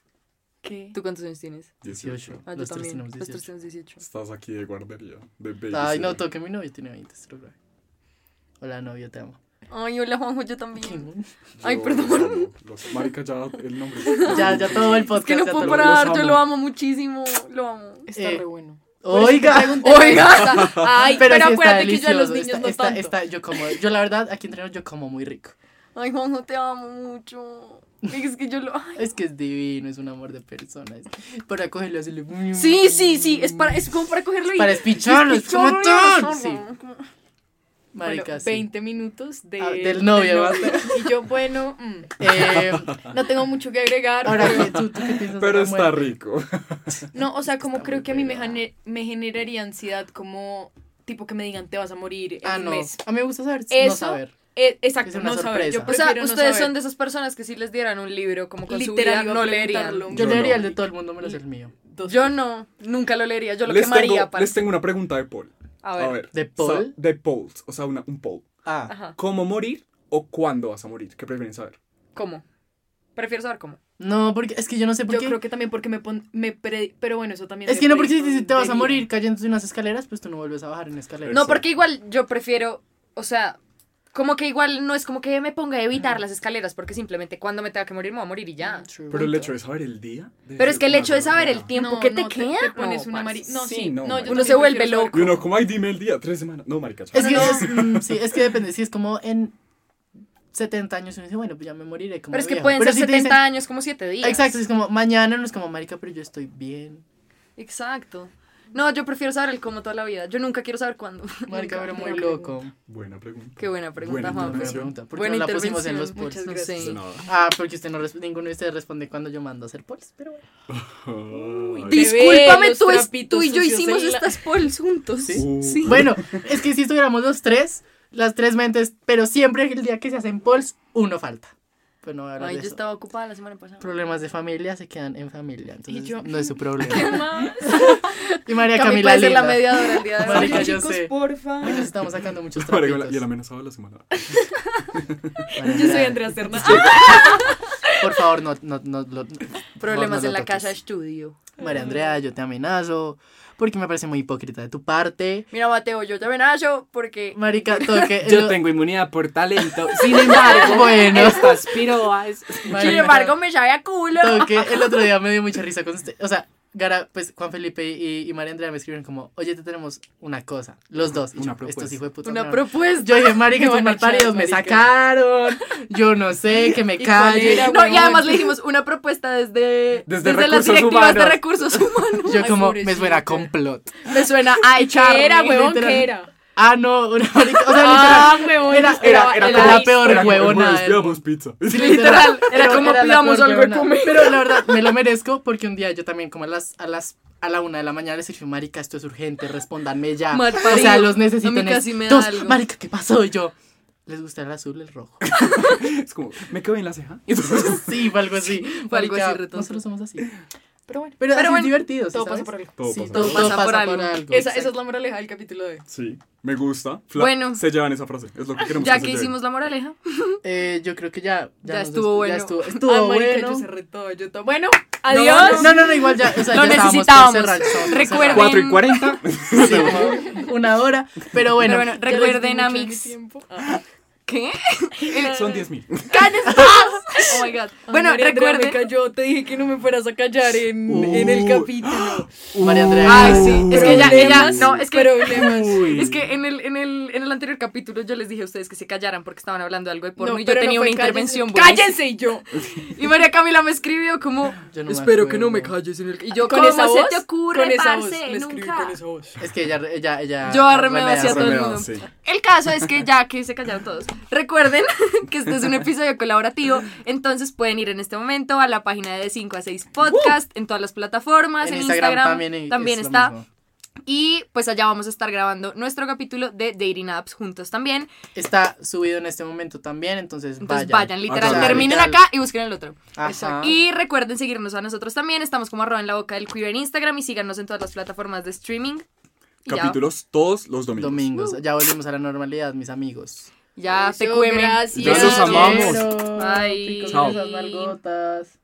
¿Qué?
¿Tú cuántos años tienes?
18.
Ah, yo
Los tres
también.
tenemos
Los tres
18.
tenemos 18.
Estás aquí de guardería, de babysitter.
Ay, no, toque mi novio tiene 20. es lo grave. Hola, novio, te amo.
Ay, hola Juanjo, yo también.
Ay, perdón. Los, marica, ya el nombre.
(laughs) Ya, ya todo el
Es que
podcast.
no
ya
puedo
todo el-
parar,
los
yo
amo.
lo amo muchísimo. Lo amo.
Está
Eh,
re bueno.
Oiga,
(laughs) Oiga. Ay,
pero, sí
pero,
está
acuérdate que yo a los
delicioso.
niños
Está,
no
está,
tanto.
está, yo como, yo la verdad, aquí entre nos, yo como muy rico.
Ay, Juanjo, te amo mucho. Es que yo lo. ay.
Es que es divino, es un amor de persona. es- para cogerlo así. le-
Sí, sí, sí. Es, para, es como para cogerlo y...
Para espicharlo, es como
Ay,
tal. Sí,
Juanjo, como-
Bueno,
marica, sí.
20 minutos de,
Ah, del novio,
Y yo, bueno,
(laughs)
mm,
Eh,
no tengo mucho que agregar.
ahora,
pero-
¿qué- ¿tú, tú qué piensas de
Pero
la
está
muerte?
rico.
No, o sea, como
Está
creo
muy
que a mí me,
pegada.
gene- me generaría ansiedad como tipo que me digan te vas a morir en
Ah,
un
no.
mes.
A mí me gusta saber, no
Eso,
saber.
Eh, exacto,
Es una
no saber. Yo
sorpresa.
prefiero
o sea, ustedes
no saber.
son de esas personas que si les dieran un libro como con su
Literal,
vida,
iba a
no leerían.
preguntarlo.
Yo
Yo
leería
no.
el de todo el mundo menos el mío.
Dos
Yo no, nunca lo leería, yo lo
les,
quemaría
tengo,
para...
les tengo una pregunta de Paul.
A
A
ver.
ver.
¿De
o sea,
Paul?
de polls, o sea, una- un poll.
Ah,
Ajá.
¿Cómo morir o cuándo vas a morir? ¿Qué prefieren saber?
¿Cómo? Prefiero saber cómo.
no, porque es que yo no sé por
Yo
qué.
creo que también porque me pon- me pre- pero bueno, eso también
Es
me
que no, porque si te vas a
predispondría.
morir cayendo de unas escaleras, pues tú no vuelves a bajar en escaleras.
No,
Exacto.
porque igual yo prefiero, o sea, como que igual no es como que me ponga a evitar las escaleras, porque simplemente cuando me tenga que morir me voy a morir y ya.
True.
Pero el hecho de saber el día. debe
Pero es
ser
que el
una
hecho de saber el
locura.
tiempo
No,
que
no,
te queda.
Te pones
no,
una
parce.
mari- No,
Sí,
sí,
no,
no,
marica.
yo
Uno se
también
vuelve
prefiero
loco.
Y
saber
uno, como, ay, dime el día, tres semanas. No, marica, ya.
Es que,
No,
es- mm, sí, es que depende. Si es como en 70 años, uno dice, bueno, pues ya me moriré. Como
Pero es que
vieja.
pueden
Pero
ser
si te
70
dicen-
años, como 7 días.
Exacto, es como mañana, no es como marica, pero yo estoy bien.
Exacto. No, yo prefiero saber el cómo toda la vida. Yo nunca quiero saber cuándo.
Marica, pero muy
Buena
loco.
Buena pregunta.
Qué buena pregunta,
Buena
Juan.
Buena
intervención.
pregunta. ¿Por qué
Buena
no la pusimos en
intervención,
los polls?
muchas
No
gracias.
sé.
De nada.
Ah, porque usted no resp- ninguno de ustedes responde cuando yo mando a hacer polls, pero bueno. (laughs)
Ay,
Dis- Bebé,
Discúlpame,
los
tú, es-
trapitos
tú y yo
sucios
hicimos
en la-
estas polls juntos.
Uh,
Bueno, es que si estuviéramos los tres, las tres mentes, pero siempre el día que se hacen polls, uno falta. Pues no voy a hablar
Ay,
de
yo
eso.
estaba ocupada la semana pasada.
Problemas de familia se quedan en familia, entonces
yo-
no es
(laughs)
su problema.
más.
Y María
Cami
Camila
puede ser la
linda.
mediadora el día de hoy.
Marica, yo
Chicos,
sé.
porfa.
Hoy nos estamos sacando muchos
marica,
trapitos.
y el amenazado de la semana.
Yo soy Andrea Ah, Serna.
Por favor, no, no, no, lo-
Problemas
no
en
lo
la
toques.
casa estudio.
María Andrea, yo te amenazo porque me parece muy hipócrita de tu parte.
Mira, Mateo, yo te amenazo porque (laughs)
Marica, toque. lo-
tengo inmunidad por talento. Sin
Bueno.
estas piroas.
Marica,
Sin embargo, me sabe a culo.
toque, el otro día me dio mucha risa con este. O sea, Gara, pues Juan Felipe y, y María Andrea me escribieron como, oye, te tenemos una cosa, los dos. Y
Una
yo, estos
propuesta.
hijos de puta
Una
me-
propuesta.
Yo dije, marica,
Me
estos
van a
malparidos
echar,
me
marica.
sacaron, yo no sé, que me
¿Y cuál
calle.
era,
No, y
huevón?
además le dijimos una propuesta desde,
Desde
las
recursos
directivas de
humanos.
recursos humanos.
Yo
Ay,
como, me
pobrecito.
suena complot.
Me suena a (laughs) echar.
¿Qué era, huevón?
literal.
¿Qué era?
Ah, no, una marica, o sea,
Ah,
literal,
huevón.
era-
estaba-
era
el
como la
iceberg.
peor
Era como,
huevona
hermanos,
del
pidamos pizza. (laughs)
Sí,
Literal, era
pero
como
la
pidamos
peor
algo de
huevona.
comer.
Pero la verdad, me lo merezco porque un día yo también, como a las, a las a la una de la mañana les dije, marica, esto es urgente, respóndanme ya.
Mal
o sea,
parido.
los necesito.
A mí
en
casi
es-
me da
Dos,
algo.
Marica, ¿qué pasó? Y yo, ¿les gusta el azul, el rojo?
Es como, me quedó en la ceja.
sí, fue algo así.
Fue algo
Marica,
así, retonto.
Nosotros somos así.
Pero bueno,
Pero, así Pues es
bueno,
divertido. ¿sí
todo
¿sabes?
pasa por algo.
Todo
Sí,
pasa
todo,
por-
todo pasa por algo.
Esa, esa es la moraleja del capítulo de hoy.
Sí, me gusta. Fla-
Bueno.
Se llevan esa frase. Es lo que queremos
Ya
que se
que
lleven.
hicimos la moraleja.
Eh, yo creo que ya.
Ya
nos
estuvo
despe- Ya
bueno. Ah,
estuvo, estuvo
Ay, Ah, marica,
bueno.
yo cerré todo, yo todo. Bueno,
Adiós.
No, no, no, igual ya. O sea,
Lo
ya estábamos por
necesitábamos.
cerrar, ya estábamos por
Recuerden-
4 y
(laughs)
40.
cerrar. Sí, como una hora. Pero bueno,
Pero bueno,
ya les di
recuerden Oh
mucho
a
de mi
Mix. (laughs)
tiempo.
¿Qué?
Son 10 mil.
Oh my god.
Ay,
Bueno,
María Andrea,
recuerden.
me cayó, te dije que no me fueras a callar en, en el
Uh.
capítulo.
María Andrea.
Ay, sí. Es que ella, ella,
Problemas,
no, es que (laughs)
problemas.
Uy.
Es que en el, en, el, en el anterior capítulo yo les dije a ustedes que se callaran porque estaban hablando de algo de porno
No,
y yo
pero no
tenía
fue
una
cállense.
intervención
(laughs)
buenísima.
¡Cállense! Y yo,
Y María Camila me escribió como,
yo no me
espero que no me
acuerdo.
calles en el... Y yo,
con
¿cómo
esa
se
voz,
te ocurre,
con esa voz,
parce?
le escribí
Nunca.
con esa voz.
Es que ella, ella, ella.
Yo arremeo
remea.
hacia todo el
Arremeo,
mundo.
sí.
El caso es que ya que se callaron todos, recuerden (laughs) que este es un episodio colaborativo, entonces pueden ir en este momento a la página de 5 a 6 podcast, en todas las plataformas, en, Instagram, también,
es lo
está.
mismo.
Y pues allá vamos a estar grabando nuestro capítulo de Dating Apps juntos también.
Está subido en este momento también, entonces,
Entonces
vayan.
vayan, literal.
Acá,
terminen
literal.
acá y busquen el otro.
Ajá.
Y recuerden seguirnos a nosotros también. Estamos como arroba en la boca del queer en Instagram y síganos en todas las plataformas de streaming. Y ya,
Capítulos todos los domingos.
Domingos. Ya volvimos a la normalidad, mis amigos.
ya
Eso,
TQM.
gracias.
Ya los amamos.
Quiero.
Bye.
Pico con
Chao.
esas nalgotas.